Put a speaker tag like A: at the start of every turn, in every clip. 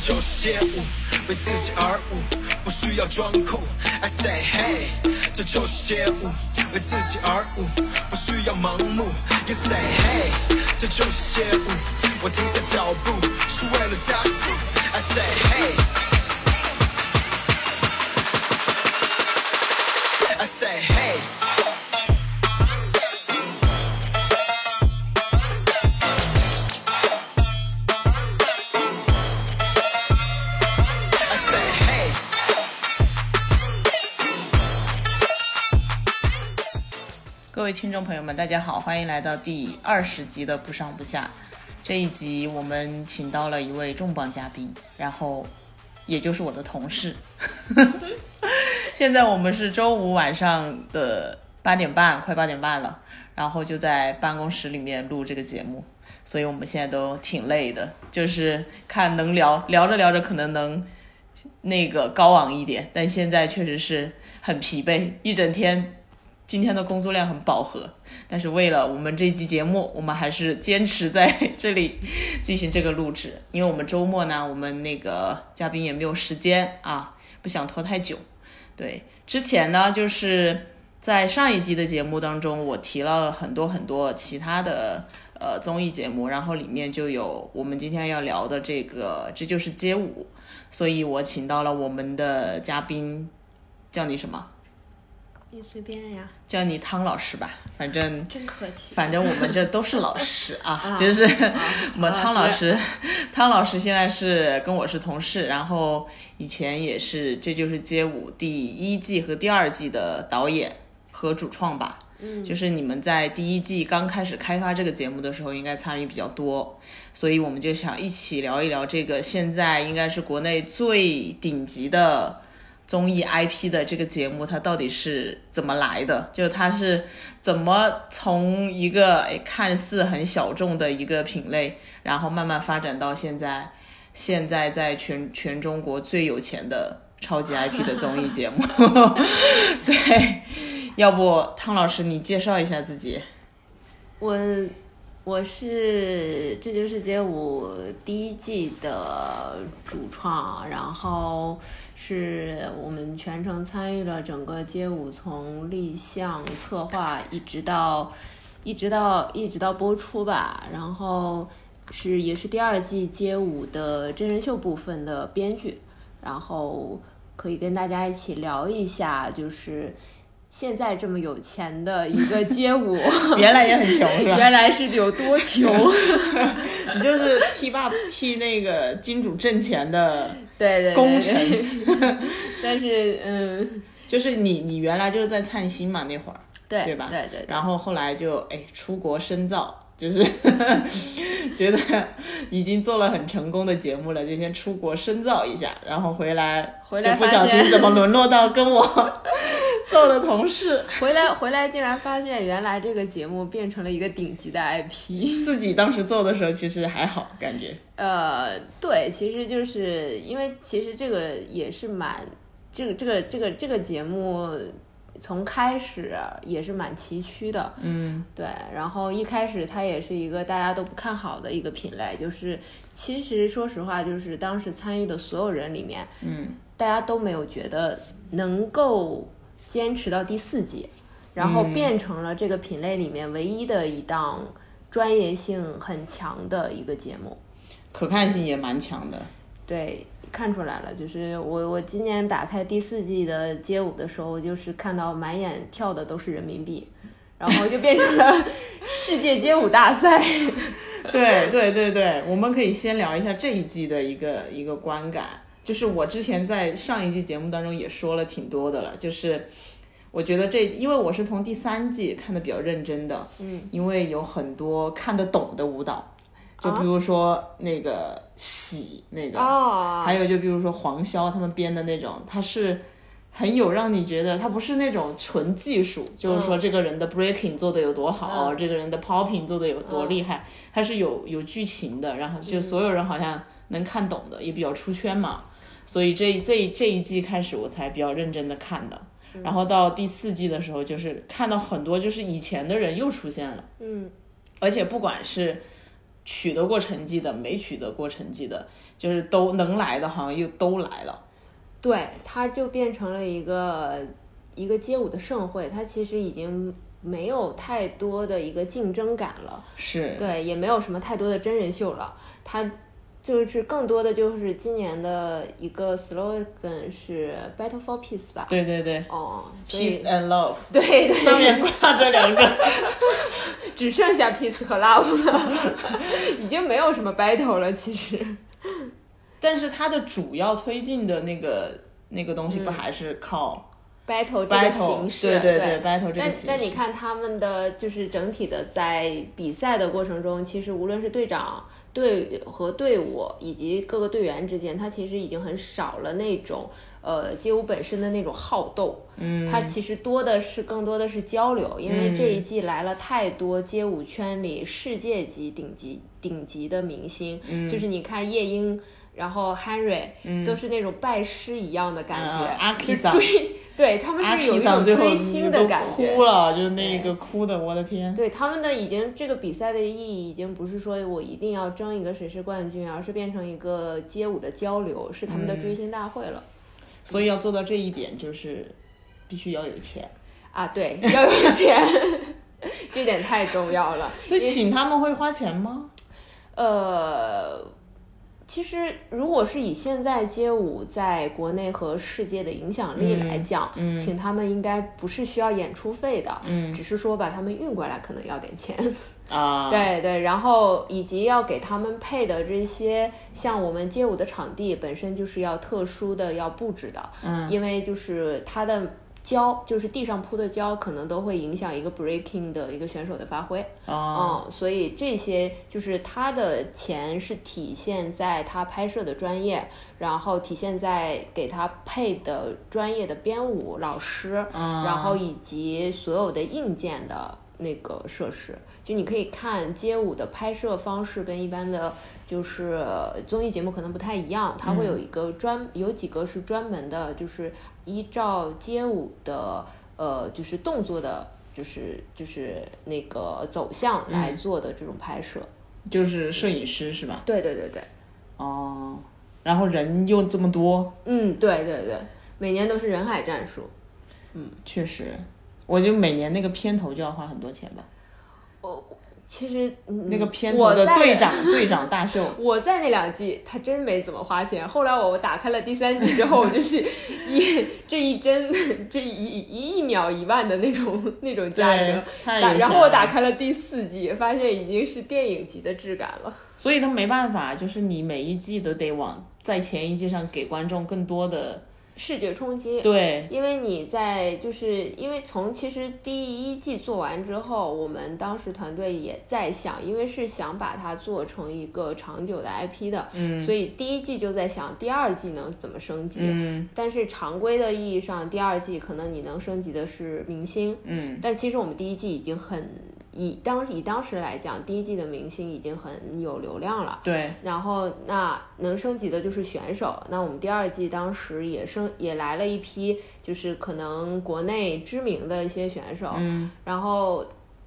A: 就是街舞，为自己而舞，不需要装酷。I say hey，这就是街舞，为自己而舞，不需要盲目。You say hey，这就是街舞，我停下脚步是为了加速。I say hey，I say hey。I say hey，
B: 各位听众朋友们，大家好，欢迎来到第二十集的不上不下。这一集我们请到了一位重磅嘉宾，然后也就是我的同事。 现在我们是周五晚上的八点半，快八点半了，然后就在办公室里面录这个节目，所以我们现在都挺累的，就是看能聊聊着聊着可能能那个高昂一点，但现在确实是很疲惫，一整天今天的工作量很饱和，但是为了我们这期节目，我们还是坚持在这里进行这个录制，因为我们周末呢，我们那个嘉宾也没有时间啊，不想拖太久。对，之前呢，就是在上一季的节目当中，我提了很多很多其他的呃综艺节目，然后里面就有我们今天要聊的这个《这就是街舞》，所以我请到了我们的嘉宾，叫你什么？
C: 你随便呀，
B: 叫你汤老师吧，反正
C: 真客气。
B: 反正我们这都是老师 啊，就是我们汤老师， 汤老师现在是跟我是同事，然后以前也是《这就是街舞》第一季和第二季的导演和主创吧。嗯，就是你们在第一季刚开始开发这个节目的时候，应该参与比较多，所以我们就想一起聊一聊这个现在应该是国内最顶级的综艺 IP 的这个节目，它到底是怎么来的？就是它是怎么从一个哎看似很小众的一个品类，然后慢慢发展到现在，现在在全全中国最有钱的超级 IP 的综艺节目。 对，要不汤老师你介绍一下自 己？
C: 我我是《这就是街舞》第一季的主创，然后是我们全程参与了整个街舞从立项、策划一直到一直到一直到播出吧，然后是也是第二季街舞的真人秀部分的编剧，然后可以跟大家一起聊一下，就是现在这么有钱的一个街舞。
B: 原来也很穷是吧？
C: 原来是有多穷，
B: 你就是替爸替那个金主挣钱的，
C: 对对对
B: 功臣。
C: 对 但是嗯，
B: 就是你你原来就是在灿星嘛那会儿。
C: 对
B: 对吧
C: 对对对
B: 然后后来就哎出国深造，就是 觉得已经做了很成功的节目了，就先出国深造一下，然后回来
C: 回来
B: 就不
C: 发
B: 小心
C: 现
B: 怎么沦落到跟我 做了同事，
C: 回来回来竟然发现原来这个节目变成了一个顶级的 IP。
B: 自己当时做的时候其实还好，感觉
C: 呃，对，其实就是因为其实这个也是蛮这个这个这个这个节目。从开始也是蛮崎岖的，嗯，对。然后一开始它也是一个大家都不看好的一个品类，就是其实说实话，就是当时参与的所有人里面，嗯，大家都没有觉得能够坚持到第四季，然后变成了这个品类里面唯一的一档专业性很强的一个节目。
B: 可看性也蛮强的。
C: 对，看出来了，就是我我今年打开第四季的街舞的时候，就是看到满眼跳的都是人民币，然后就变成了世界街舞大赛。
B: 对 对对对，我们可以先聊一下这一季的一个一个观感。就是我之前在上一季节目当中也说了挺多的了，就是我觉得这，因为我是从第三季看的比较认真的，嗯，因为有很多看得懂的舞蹈，就比如说那个喜那个，
C: 哦
B: 还有就比如说黄潇他们编的那种，它是很有让你觉得它不是那种纯技术，就是说这个人的 breaking 做的有多好，这个人的 popping 做的有多厉害，它是有有剧情的，然后就所有人好像能看懂的，也比较出圈嘛。所以这这这一季开始我才比较认真的看的，然后到第四季的时候，就是看到很多就是以前的人又出现了，
C: 嗯，
B: 而且不管是取得过成绩的，没取得过成绩的，就是都能来的，好像又都来了。
C: 对，它就变成了一个一个街舞的盛会，它其实已经没有太多的一个竞争感了，
B: 是，
C: 对，也没有什么太多的真人秀了，它就是更多的就是今年的一个 slogan 是 Battle for Peace 吧，
B: 对对对
C: 哦，所以
B: ，peace and love，
C: 对对，
B: 上面挂这两个，
C: 只剩下 peace 和 love 了，已经没有什么 battle 了，其实。
B: 但是它的主要推进的那个那个东西不还是靠
C: battle 这个
B: battle，、
C: 形式，
B: 对对
C: 对
B: battle 这
C: 但
B: 个形式。
C: 但你看他们的就是整体的在比赛的过程中，其实无论是队长队和队伍以及各个队员之间，他其实已经很少了那种呃街舞本身的那种好斗。嗯，他其实多的是更多的是交流，因
B: 嗯
C: 为这一季来了太多街舞圈里世界级顶级顶级的明星，
B: 嗯
C: 就是你看夜莺。然后 Henry、都是那种拜师一样的感觉，
B: 嗯阿
C: 就
B: Kisa
C: 追 对他们
B: 阿
C: 是有
B: K
C: 一
B: 桑
C: 种
B: 最后
C: 追星的感
B: 都
C: 觉。
B: 哭了，就是那个哭的，我的天！
C: 对他们的已经这个比赛的意义已经不是说我一定要争一个谁是冠军，而是变成一个街舞的交流，是他们
B: 嗯
C: 的追星大会了、
B: 所以要做到这一点，就是必须要有钱。
C: 啊！对，要有钱， 这点太重要了。
B: 所以请他们会花钱吗？
C: 呃，其实如果是以现在街舞在国内和世界的影响力来讲，请他们应该不是需要演出费的，只是说把他们运过来可能要点钱。
B: 啊，，
C: 对对，然后以及要给他们配的这些，像我们街舞的场地本身就是要特殊的要布置的，
B: 嗯，
C: 因为就是它的胶，就是地上铺的胶，可能都会影响一个 breaking 的一个选手的发挥，
B: 啊，
C: 嗯，所以这些就是他的钱是体现在他拍摄的专业，然后体现在给他配的专业的编舞老师，
B: 嗯
C: 然后以及所有的硬件的那个设施。就你可以看街舞的拍摄方式跟一般的就是综艺节目可能不太一样，它会有一个专、有几个是专门的，就是依照街舞的呃就是动作的。就是就是那个走向来做的这种拍摄，
B: 就是摄影师是吧？
C: 对对对对，
B: 哦，然后人又这么多，
C: 嗯对对对，每年都是人海战术，
B: 确实，我就每年那个片头就要花很多钱吧。
C: 其实、嗯、
B: 那个片头的
C: 我在
B: 队长，队长大秀，
C: 我在那两季，他真没怎么花钱。后来我打开了第三季之后， 我就是一这一帧这一一一秒一万的那种那种价格
B: 对。，太
C: 打
B: 有
C: 然
B: 钱
C: 后我
B: 了
C: 打开了第四季，发现已经是电影级的质感了。
B: 所以他没办法，就是你每一季都得往在前一季上给观众更多的
C: 视觉冲击。
B: 对，
C: 因为你在，就是因为从其实第一季做完之后，我们当时团队也在想，因为是想把它做成一个长久的 IP 的，嗯，所以第一季就在想第二季能怎么升级。
B: 嗯
C: 但是常规的意义上，第二季可能你能升级的是明星，
B: 嗯，
C: 但其实我们第一季已经很以当以当时来讲，第一季的明星已经很有流量了。
B: 对，
C: 然后那能升级的就是选手。那我们第二季当时也升也来了一批，就是可能国内知名的一些选手。
B: 嗯，
C: 然后，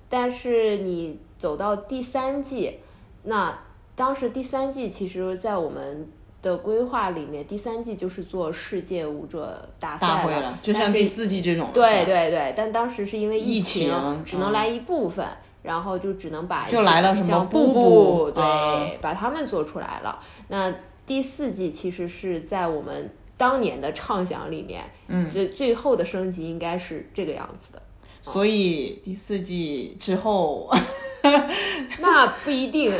C: 但是你走到第三季，那当时第三季其实，在我们。的规划里面，第三季就是做世界舞者大赛
B: 大会
C: 了
B: 了，，就
C: 但
B: 像
C: 是
B: 第四季这种了，
C: 对
B: 是吧，
C: 对对，但当时是因为
B: 疫
C: 情，
B: 情
C: 只能
B: 嗯
C: 来一部分，然后就只能把
B: 就来了什么
C: 像
B: 步
C: 步
B: 步
C: 对，
B: 嗯
C: 把他们做出来了。那第四季其实是在我们当年的畅想里面，嗯，最最后的升级应该是这个样子 的。
B: 所以第四季之后，
C: 那不一定，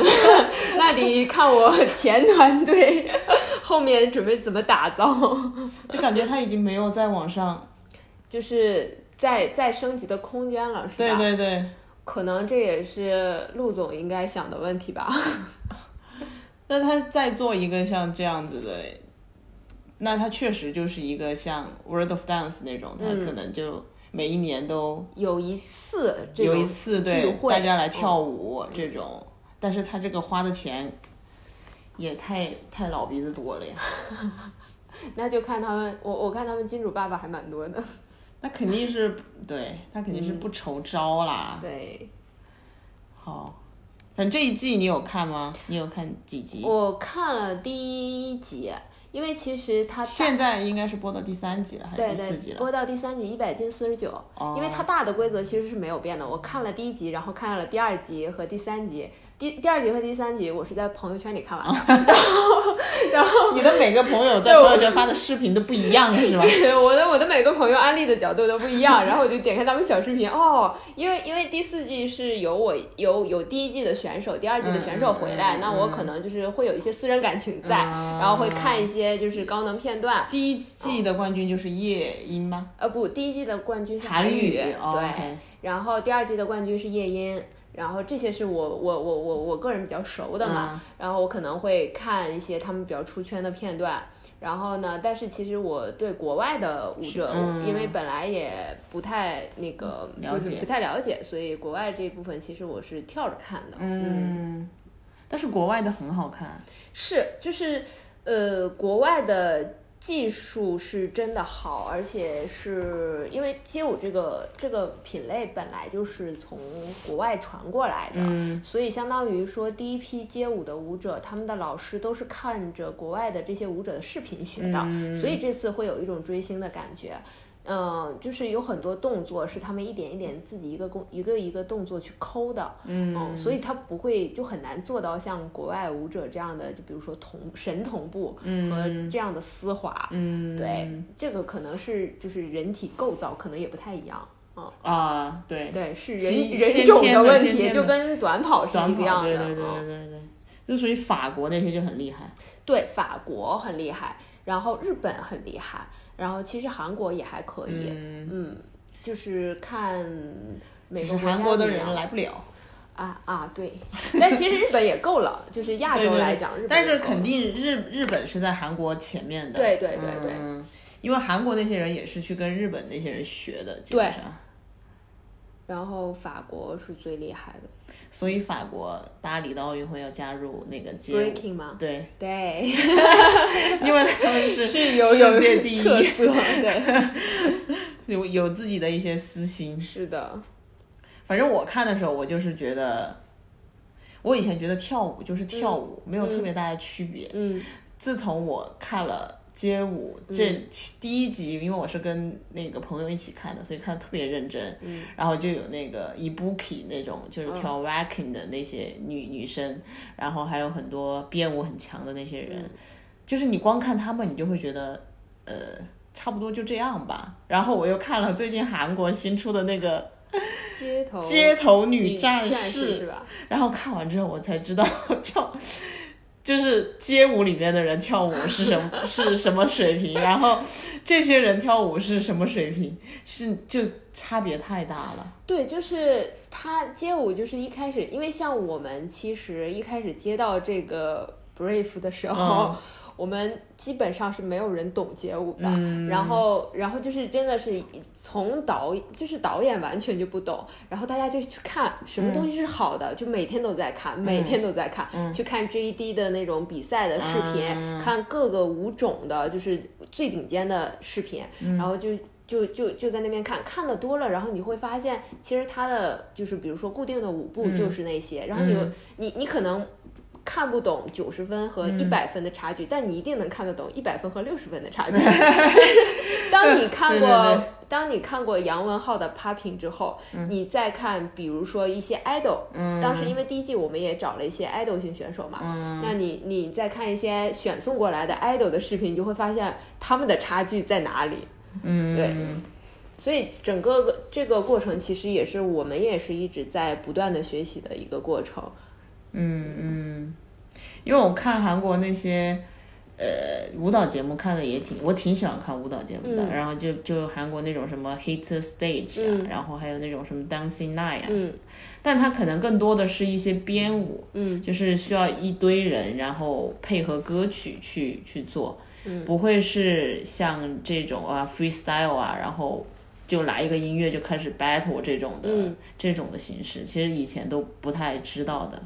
C: 那得看我前团队 后面准备怎么打造。
B: 就感觉他已经没有再往上，
C: 就是在在升级的空间了，是吧？
B: 对对对，
C: 可能这也是陆总应该想的问题吧。
B: 那他再做一个像这样子的，那他确实就是一个像 World of Dance 那种，他可能就每一年都
C: 有一次这
B: 有
C: 种
B: 一次
C: 聚
B: 对
C: 会，
B: 大家来跳舞、这种，但是他这个花的钱也太太老鼻子多了呀，
C: 嗯，那就看他们，我我看他们金主爸爸还蛮多的，
B: 那肯定 嗯是对他肯定是不愁招啦。
C: 对，
B: 好，反正这一季你有看吗？你有看几集？
C: 我看了第一集，因为其实它大
B: 现在应该是播到第三集了，还是
C: 对
B: 第四集
C: 对，
B: 了？哦
C: 播到第三集一百进四十九，因为它大的规则其实是没有变的。我看了第一集，然后看了第二集和第三集，第第二集和第三集我是在朋友圈里看完的，然后然后
B: 你 的每个朋友在
C: 对我
B: 朋友圈发的视频都不一样，是吧？
C: 我的我的每个朋友安利的角度都不一样，然后我就点开他们小视频哦，因为因为第四季是有我有有第一季的选手、第二季的选手回来，
B: 嗯嗯嗯
C: 那我可能就是会有一些私人感情在，
B: 嗯
C: 然后会看一些就是高能片 段。
B: 第一季的冠军就是夜莺吗？
C: 呃，不，第一季的冠军是
B: 韩
C: 语，
B: 语哦
C: 对
B: OK
C: 然后第二季的冠军是夜莺。然后这些是我我我我我个人比较熟的嘛，
B: 嗯
C: 然后我可能会看一些他们比较出圈的片段，然后呢，但是其实我对国外的舞者，
B: 嗯
C: 因为本来也不太那个，
B: 了
C: 就是
B: 解
C: 不太了解，所以国外这一部分其实我是跳着看的，嗯，
B: 嗯，但是国外的很好看，
C: 是就是呃，国外的技术是真的好，而且是因为街舞这个这个品类本来就是从国外传过来的，
B: 嗯
C: 所以相当于说第一批街舞的舞者，他们的老师都是看着国外的这些舞者的视频学到，所以这次会有一种追星的感觉。嗯，就是有很多动作是他们一点一点自己一个工一个一个动作去抠的，嗯所以他不会就很难做到像国外舞者这样的，就比如说同神同步
B: 嗯
C: 和这样的丝滑，嗯，对，这个可能是就是人体构造可能也不太一样，嗯，
B: 啊，对，
C: 对，是
B: 先
C: 人人种
B: 先天的
C: 问
B: 先
C: 题，
B: 天的
C: 就跟短跑是
B: 短
C: 一个
B: 跑，
C: 样
B: 对
C: 的。
B: 对对对
C: 嗯
B: 对对，就属于法国那些就很厉害，
C: 对法国很厉害，然后日本很厉害，然后其实韩国也还可以，嗯就是看每
B: 就
C: 个
B: 是韩国的
C: 不一
B: 人
C: 样
B: 来不了，
C: 啊啊，对， 但其实日本也够了，就是亚
B: 对
C: 洲
B: 对
C: 来
B: 对
C: 讲，日本
B: 但
C: 也
B: 是
C: 够
B: 肯
C: 了
B: 定日日本是在韩国前面的，
C: 对对对对
B: 嗯因为韩国那些人也是去跟日本那些人学的，基
C: 对
B: 本上，
C: 然后法国是最厉害的
B: 所以法国巴黎的奥运会要加入那个街舞，
C: breaking 吗？
B: 对，
C: 对，
B: 因为他们是
C: 是有有
B: 世界第一，
C: 特色，对，
B: 有有自己的一些私心。
C: 是的，
B: 反正我看的时候，我就是觉得，我以前觉得跳舞就是跳舞，没有特别大的区别。
C: 嗯
B: 自从我看了街舞这其第一集，因为我是跟那个朋友一起看的，所以看得特别认真。
C: 嗯
B: 然后就有那个 ibuki 那种，就是跳 wacking 的那些女、女生，然后还有很多编舞很强的那些人，就是你光看他们，你就会觉得，呃，差不多就这样吧。然后我又看了最近韩国新出的那个
C: 街头
B: 街头女
C: 女
B: 战士，
C: 士是吧？
B: 然后看完之后我才知道 跳。就是街舞里面的人跳舞是什么是什么水平，然后这些人跳舞是什么水平，是就差别太大了。
C: 对，就是他街舞，就是一开始，因为像我们其实一开始接到这个 brief 的时候，
B: 嗯
C: 我们基本上是没有人懂街舞的，然后然后就是真的是从导就是导演完全就不懂，然后大家就去看什么东西是好的，就每天都在看，每天都在看，去看 GED 的那种比赛的视频，看各个舞种的，就是最顶尖的视频，然后就。就就就在那边看，看的多了，然后你会发现，其实它的就是比如说固定的舞步
B: 嗯
C: 就是那些，然后你、你你可能看不懂九十分和
B: 嗯
C: 一百分的差距，但你一定能看得懂一百分和六十分 的差距。 当你看过
B: 对对嗯对
C: 当你看过杨文浩的 Popping 之后，你再看比如说一些 idol，、当
B: 嗯
C: 时因为第一季我们也找了一些 idol 型选手嘛，
B: 嗯
C: 那你你再看一些选送过来的 idol 的视频，你就会发现他们的差距在哪里。嗯，对。所以整个这个过程其实也是我们也是一直在不断的学习的一个过程。
B: 因为我看韩国那些呃舞蹈节目看的也挺，我挺喜欢看舞蹈节目
C: 嗯
B: 的。然后就就韩国那种什么 Hit Stage 啊，然后还有那种什么 Dancing Night 啊，
C: 嗯
B: 但它可能更多的是一些编舞，
C: 嗯，
B: 就是需要一堆人，然后配合歌曲去去做，嗯，不会是像这种啊 freestyle 啊，然后。就来一个音乐就开始 battle 这种的、
C: 嗯
B: 这种的形式，其实以前都不太知道的。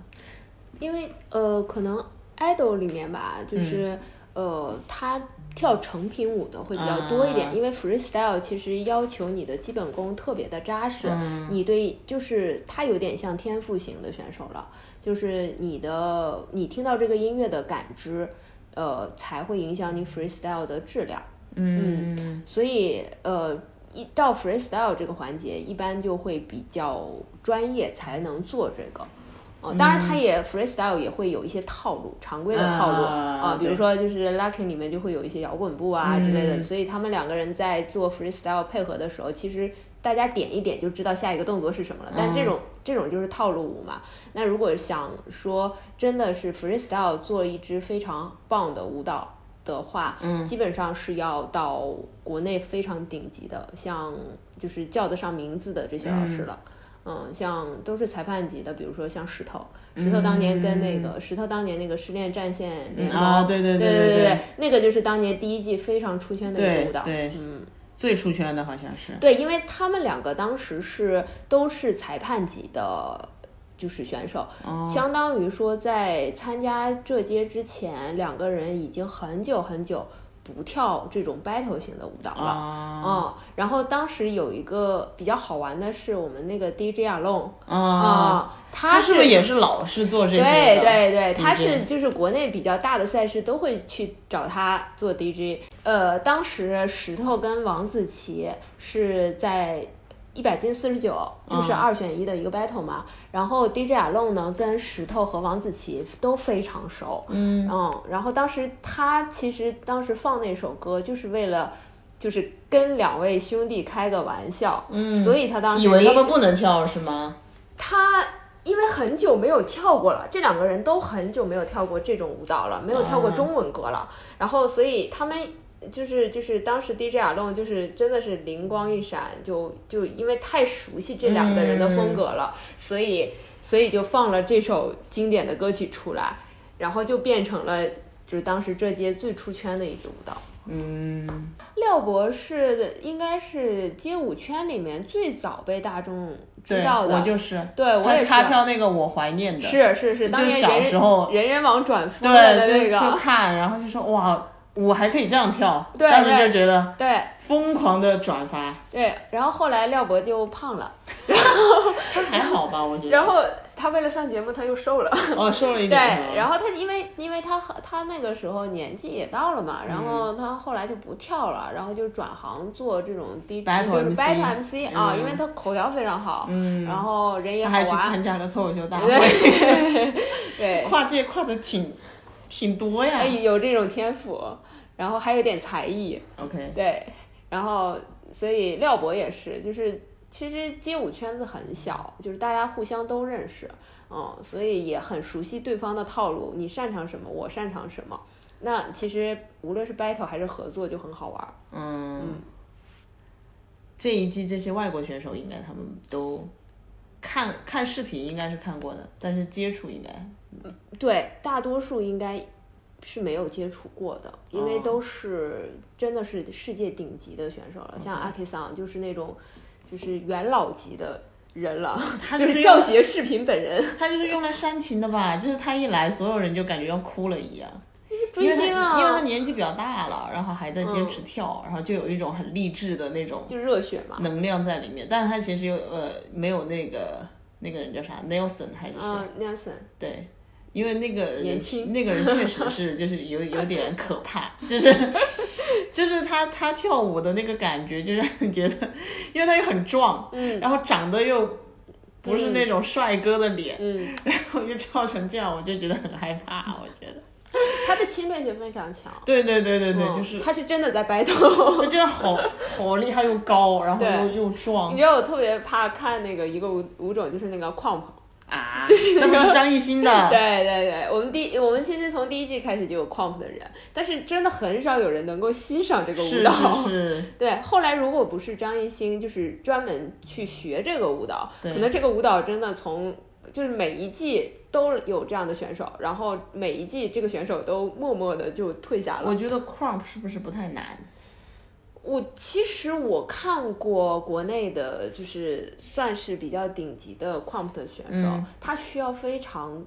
C: 因为呃，可能 idol 里面吧，就是、呃，他跳成品舞的会比较多一点，
B: 啊
C: 因为 freestyle 其实要求你的基本功特别的扎实，你对就是它有点像天赋型的选手了，就是你的你听到这个音乐的感知，呃，才会影响你 freestyle 的质量。
B: 嗯，
C: 所以呃，一到 freestyle 这个环节，一般就会比较专业才能做这个。哦，
B: 嗯
C: 当然，它也 freestyle 也会有一些套路，常规的套路
B: 啊
C: 啊，比如
B: 对嗯
C: 说就是 Lucky 里面就会有一些摇滚步啊之类的，所以他们两个人在做 freestyle 配合的时候，其实大家点一点就知道下一个动作是什么了。
B: 嗯
C: 但这种这种就是套路舞嘛。那如果想说真的是 freestyle 做一支非常棒的舞蹈的话，嗯，基本上是要到国内非常顶级的，像就是叫得上名字的这些老师了。嗯，像都是裁判级的，比如说像石头，
B: 嗯
C: 石头当年跟那个、石头当年那个失恋战线联盟，
B: 啊对对
C: 对
B: 对对
C: 对
B: 对，
C: 那个就是当年第一季非常出圈的一
B: 对
C: 个舞蹈，
B: 对
C: 嗯，
B: 最出圈的好像是，
C: 对，因为他们两个当时是都是裁判级的，就是选手，
B: 哦
C: 相当于说在参加这届之前，两个人已经很久很久不跳这种 battle 型的舞蹈了。
B: 哦
C: 嗯，然后当时有一个比较好玩的是，我们那个 DJ 阿龙
B: 啊，
C: 啊，
B: 他
C: 他
B: 是不是也是老是做这些的？嗯
C: 对对对，他
B: 对
C: 是就是国内比较大的赛事都会去找他做 DJ。呃，当时石头跟王子奇是在。一百进四十九，就是
B: 嗯
C: 二选一的一个 battle 嘛。然后 DJ 阿龙呢，跟石头和王子奇都非常熟。嗯然后当时他其实当时放那首歌，就是为了就是跟两位兄弟开个玩笑。嗯，所以他当时
B: 以为他
C: 临
B: 们不能跳是吗？
C: 他因为很久没有跳过了，这两个人都很久没有跳过这种舞蹈了，没有跳过中文歌了，然后所以他们。就是就是当时 DJ 阿龙就是真的是灵光一闪，就就因为太熟悉这两个人的风格了，所以所以就放了这首经典的歌曲出来，然后就变成了就是当时这届最出圈的一支舞蹈。
B: 嗯，
C: 廖博士应该是街舞圈里面最早被大众知
B: 对，
C: 道的，
B: 我就是，
C: 对我
B: 他
C: 也是
B: 他跳那个我怀念的，
C: 是是是，当
B: 就
C: 年
B: 小
C: 人人
B: 时候
C: 人人网转发的那
B: 对，就就
C: 个，
B: 看，然后就说哇，我还可以这样跳，
C: 对
B: 当时
C: 对
B: 就觉得
C: 对
B: 疯狂的转 发，
C: 对。然后后来廖博就胖了，
B: 他还好吧，我觉得，
C: 然后他为了上节目他又瘦了，
B: 哦瘦了一
C: 对。
B: 点是吧，
C: 然后他因为因为他和他那个时候年纪也到了嘛，然
B: 嗯
C: 后他后来就不跳了，然后就转行做这种 DJ，
B: Battle
C: 就是
B: MC
C: battle MC 啊，
B: 嗯
C: 因为他口条非常好，然后人也
B: 他
C: 好
B: 还去
C: 玩，
B: 参加了脱口秀大 会，
C: 对对，
B: 跨界跨的挺挺多呀
C: 哎，有这种天赋，然后还有点才艺，
B: ，OK，
C: 对，然后所以廖博也是，就是其实街舞圈子很小，就是大家互相都认识，嗯，所以也很熟悉对方的套路，你擅长什么，我擅长什么。那其实无论是 battle 还是合作就很好玩儿。
B: 嗯，这一季这些外国选手应该他们都看看视频应该是看过的，但是接触应该
C: 对，大多数应该是没有接触过的，因为都是真的是世界顶级的选手了，像阿 K 桑就是那种就是元老级的人了，
B: 他
C: 就
B: 就是是
C: 教
B: 用
C: 学视频本人。
B: 他就是用来煽情的吧，就是他一来，所有人就感觉要哭了一样。因
C: 追
B: 为他
C: 星啊，
B: 因为他年纪比较大了，然后还在坚持跳，然后就有一种很励志的那种
C: 就热血嘛。
B: 能量在里面。但是他其实有呃没有那个那个人叫啥 Nelson 还是谁？
C: 嗯，Nelson，
B: 对，因为那个
C: 年
B: 人
C: 轻
B: 那个人确实是就是有有点可怕，就是 就是他他跳舞的那个感觉，就让你觉得，因为他又很壮，嗯，然后长得又不是那种帅哥的脸，
C: 嗯，
B: 然后又跳成这样，我就觉得很害怕，我觉得。
C: 他的侵略性非常强。
B: 对对对对对，
C: 嗯
B: 就是嗯
C: 他是真的在 battle。
B: 我真的好好厉害又高，然后
C: 对
B: 又又壮
C: 你知道我特别怕看那个一个舞舞种，就是那个矿跑。
B: 啊，那不是张艺兴的，
C: 对对对，我们第我们其实从第一季开始就有 comp 的人，但是真的很少有人能够欣赏这个舞
B: 是
C: 蹈。
B: 是是，
C: 对，后来如果不是张艺兴，就是专门去学这个舞蹈，
B: 对
C: 可能这个舞蹈真的从就是每一季都有这样的选手，然后每一季这个选手都默默的就退下了
B: 我。觉得 crump 是不是不太难？
C: 我其实我看过国内的，就是算是比较顶级的 comp 的选手，
B: 嗯
C: 他需要非常，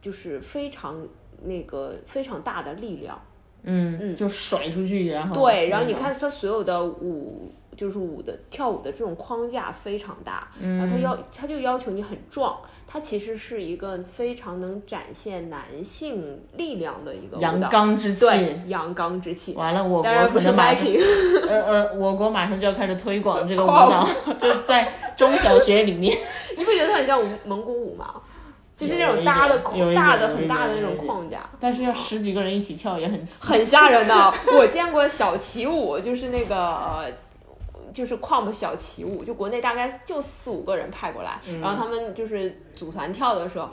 C: 就是非常那个非常大的力量，
B: 嗯嗯，就甩出去，然后嗯
C: 对，然后你看他所有的舞，就是舞的跳舞的这种框架非常大，
B: 嗯
C: 然后他要他就要求你很壮，他其实是一个非常能展现男性力量的一个舞蹈
B: 阳刚之气。
C: 对阳刚之气。
B: 完了，我
C: 当
B: 国
C: 然不
B: 可
C: 是
B: 能马上
C: matching，
B: 呃呃，我国马上就要开始推广 这个舞蹈，就在中小学里面。
C: 你不觉得它很像蒙蒙古舞吗？就是那
B: 有
C: 种
B: 一
C: 搭的
B: 点有一
C: 大
B: 点
C: 的
B: 有一
C: 很大的
B: 点有
C: 那种
B: 一点
C: 框架。
B: 但是要十几个人一起跳也很挤
C: 很吓 人的。我见过小旗舞，就是那个。呃就是 comp 小旗舞，就国内大概就四五个人派过来，
B: 嗯
C: 然后他们就是组团跳的时候，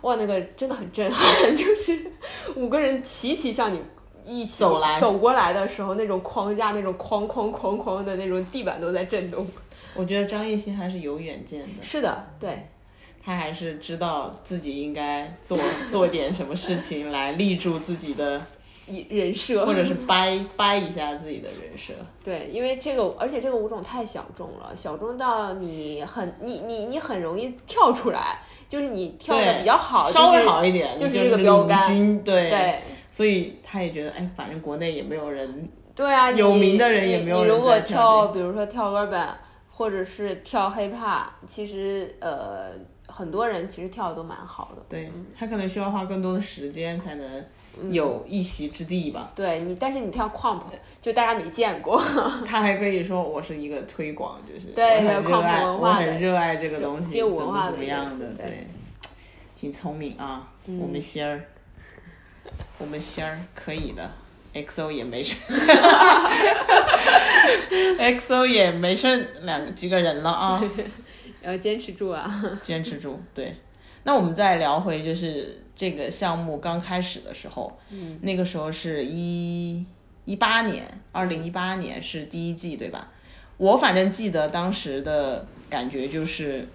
C: 哇，那个真的很震撼， 就是五个人齐齐向你一起
B: 走来
C: 走过来的时候，那种框架、那种哐哐哐哐的那种地板都在震动。
B: 我觉得张艺兴还是有远见的，
C: 是的，对，
B: 他还是知道自己应该 做做点什么事情来立住自己的，
C: 以人设
B: 或者是 掰掰一下自己的人设。
C: 对，因为这个，而且这个舞种太小众了，小众到你很你你你很容易跳出来，就是你跳的
B: 对，
C: 比较好，
B: 稍微
C: 就是
B: 好一点，
C: 就是
B: 就
C: 这个标杆
B: 领军对，
C: 对
B: 所以他也觉得，哎，反正国内也没有人，
C: 对啊，
B: 有
C: 你
B: 名的人也没有
C: 你。
B: 人
C: 你如果
B: 在跳
C: 跳，
B: 这
C: 比如说跳 urban，或者是跳 hiphop，其实呃很多人其实跳的都蛮好的。
B: 对他可能需要花更多的时间才能
C: 嗯
B: 有一席之地吧。
C: 对你，但是你跳 comp 就大家没见过，
B: 他还可以说我是一个推广，就是
C: 对
B: 我很热
C: 矿
B: 爱，
C: 工文
B: 我
C: 化的
B: 很热爱这个东西，
C: 街舞
B: 怎
C: 文
B: 么
C: 化的
B: 怎么样的，
C: 一个嗯
B: 对，挺聪明啊，我们仙儿，我们仙儿可以的，XO 也 没剩，XO 也没剩两几个人了啊，
C: 要坚持住啊。
B: 坚持住。对，那我们再聊回就是这个项目刚开始的时候，嗯，那个时候是一一八年，二零一八年是第一季对吧？我反正记得当时的感觉就是，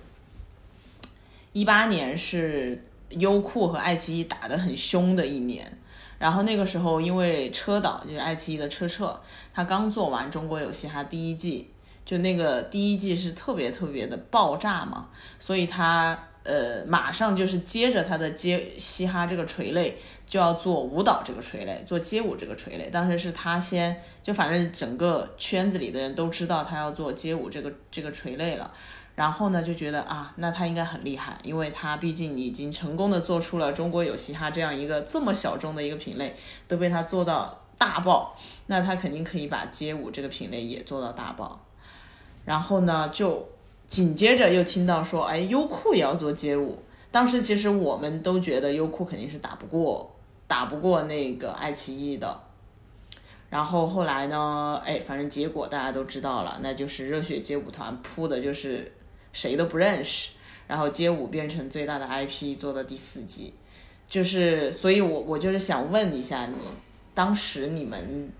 B: 一八年是优酷和爱奇艺打得很凶的一年。然后那个时候，因为车导就是爱奇艺的车澈，他刚做完《中国有嘻哈》第一季，就那个第一季是特别特别的爆炸嘛，所以他呃马上就是接着他的街嘻哈这个垂类，就要做舞蹈这个垂类，做街舞这个垂类。当时是他先，就反正整个圈子里的人都知道他要做街舞这个这个垂类了。然后呢，就觉得啊，那他应该很厉害，因为他毕竟已经成功的做出了中国有嘻哈这样一个这么小众的一个品类，都被他做到大爆，那他肯定可以把街舞这个品类也做到大爆。然后呢，就紧接着又听到说，哎，优酷也要做街舞。当时其实我们都觉得优酷肯定是打不过，打不过那个爱奇艺的。然后后来呢，哎，反正结果大家都知道了，那就是热血街舞团扑的就是谁都不认识，然后街舞变成最大的 IP，做到第四季。就是，所以我我就是想问一下你，当时你们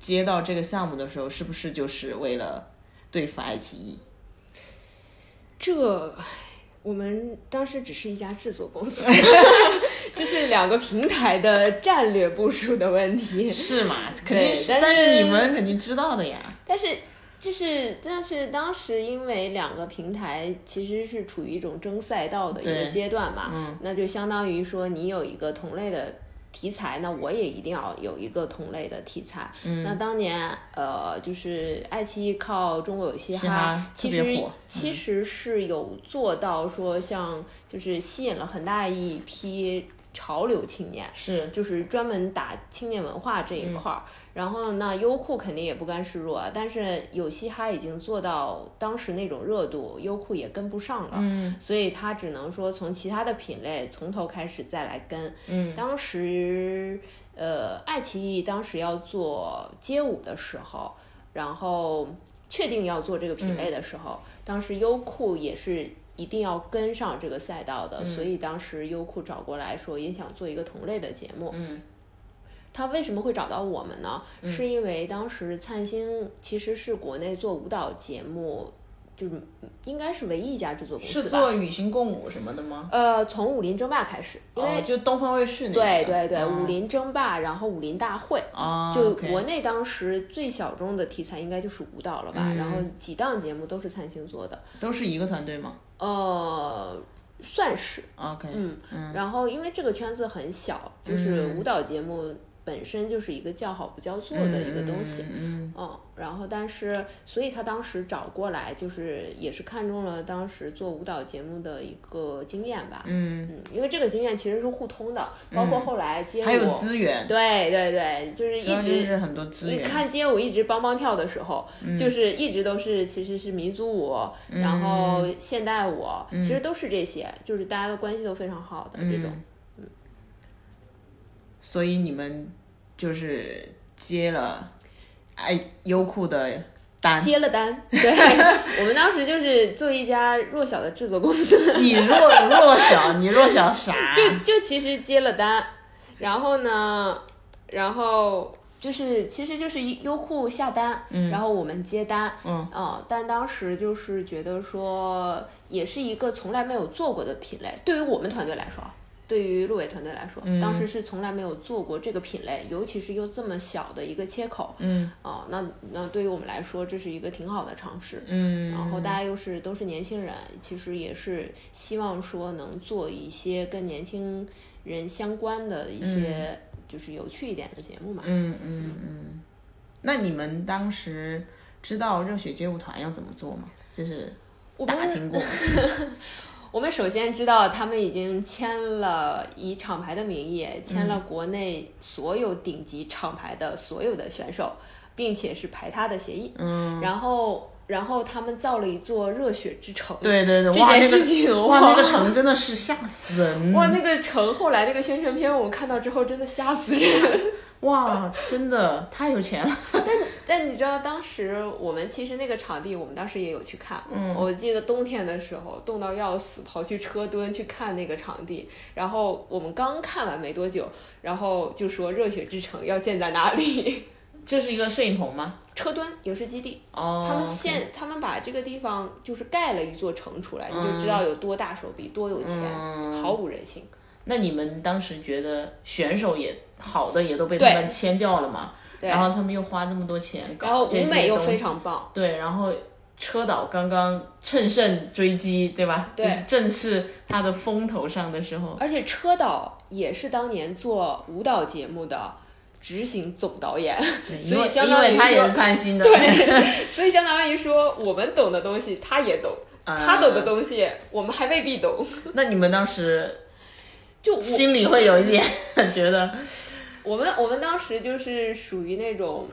B: 接到这个项目的时候，是不是就是为了对付爱奇艺？
C: 这我们当时只是一家制作公司，这是两个平台的战略部署的问题。
B: 是嘛？肯
C: 对
B: 定是，
C: 但
B: 但是
C: 是
B: 你们肯定知道的呀。
C: 但是就是，但是当时因为两个平台其实是处于一种争赛道的一个
B: 对嗯
C: 阶段嘛，那就相当于说你有一个同类的。题材，那我也一定要有一个同类的题材。
B: 嗯
C: 那当年，呃，就是爱奇艺靠《中国有嘻
B: 嘻哈
C: 其
B: 特别
C: 实
B: 火嗯
C: 其实是有做到说，像就是吸引了很大一批潮流青年，
B: 是，
C: 就是专门打青年文化这
B: 嗯
C: 一块儿。然后那优酷肯定也不甘示弱啊，但是有嘻哈已经做到当时那种热度，优酷也跟不上了，
B: 嗯
C: 所以它只能说从其他的品类从头开始再来跟。
B: 嗯，
C: 当时呃，爱奇艺当时要做街舞的时候，然后确定要做这个品类的时候，当时优酷也是一定要跟上这个赛道
B: 嗯
C: 的，所以当时优酷找过来说也想做一个同类的节目。
B: 嗯，
C: 他为什么会找到我们呢？是因为当时灿星其实是国内做舞蹈节目。就是应该是唯一一家制作公司
B: 是
C: 吧，
B: 做与行共舞什么的吗？
C: 呃，从《武林争霸》开始，因为
B: 哦、就东方卫视那
C: 对
B: 些
C: 对对，
B: 哦
C: 武林争霸，然后武林大会。
B: 哦，
C: 就
B: OK
C: 国内当时最小众的题材应该就是舞蹈了吧，然后
B: 嗯
C: 几档节目都是灿星做的，
B: 都是一个团队吗
C: 呃，算是，嗯
B: ？OK，嗯
C: 嗯，然后因为这个圈子很小，就是舞蹈节目本身就是一个叫好不叫座的一个东西。
B: 嗯，
C: 嗯，然后但是，所以他当时找过来，就是也是看中了当时做舞蹈节目的一个经验吧。
B: 嗯
C: 嗯，因为这个经验其实是互通的，包括后来街舞，
B: 还有资源，
C: 对对对，就是
B: 主要
C: 一
B: 就
C: 直
B: 是很多资
C: 你
B: 源。
C: 看街舞一直梆梆跳的时候，就是一直都是其实是民族舞，然后现代舞，其实都是这些，就是大家的关系都非常好的、这种。
B: 所以你们就是接了哎优酷的单。
C: 接了单， 对我们当时就是做一家弱小的制作公司，
B: 你弱弱 小，你弱小啥？
C: 就就其实接了单，然后呢，然后就是其实就是优酷下单，然后我们接单，呃
B: 嗯
C: 但当时就是觉得说，也是一个从来没有做过的品类，对于我们团队来说啊。对于陆伟团队来说，
B: 嗯
C: 当时是从来没有做过这个品类，尤其是又这么小的一个切口，
B: 嗯
C: 哦，那那对于我们来说，这是一个挺好的尝试。
B: 嗯
C: 然后大家又是都是年轻人，其实也是希望说能做一些跟年轻人相关的一些就是有趣一点的节目嘛。
B: 嗯嗯嗯。那你们当时知道热血街舞团要怎么做吗？就是
C: 我
B: 打
C: 们
B: 听过，
C: 我们首先知道他们已经签了以厂牌的名义签
B: 嗯
C: 了国内所有顶级厂牌的所有的选手，并且是排他的协议。
B: 嗯，
C: 然后然后他们造了一座热血之城。
B: 对对对，
C: 这
B: 哇，
C: 件
B: 那
C: 事情
B: 个
C: 我
B: 哇，那个城真的是吓死人，
C: 哇，那个城后来那个宣传片，我看到之后真的吓死人。
B: 哇，真的太有钱了，
C: 但你知道，当时我们其实那个场地，我们当时也有去看。嗯，我记得冬天的时候冻到要死，跑去车墩去看那个场地。然后我们刚看完没多久，然后就说热血之城要建在哪里？
B: 这是一个摄影棚吗？
C: 车墩影视基地，
B: 哦，
C: 他们现、他们把这个地方就是盖了一座城出来，你
B: 嗯
C: 就知道有多大手笔，多有钱，毫无人性。
B: 那你们当时觉得选手也好的也都被他
C: 对
B: 们签掉了嘛？
C: 对
B: 然后他们又花这么多钱
C: 然后
B: 搞这
C: 舞
B: 些
C: 美又
B: 东西
C: 非常棒，
B: 对，然后车导刚刚乘胜追击，对吧？
C: 对
B: 就是正是他的风头上的时候。
C: 而且车导也是当年做舞蹈节目的执行总导演，
B: 因
C: 所
B: 为
C: 以相
B: 因
C: 当于
B: 为他也是
C: 说，
B: 参星的，
C: 所以相当于说，我们懂的东西他也懂，
B: 嗯
C: 他懂的东西我们还未必懂。
B: 那你们当时
C: 就我
B: 心里会有一点 觉得，
C: 我们我们当时就是属于那种，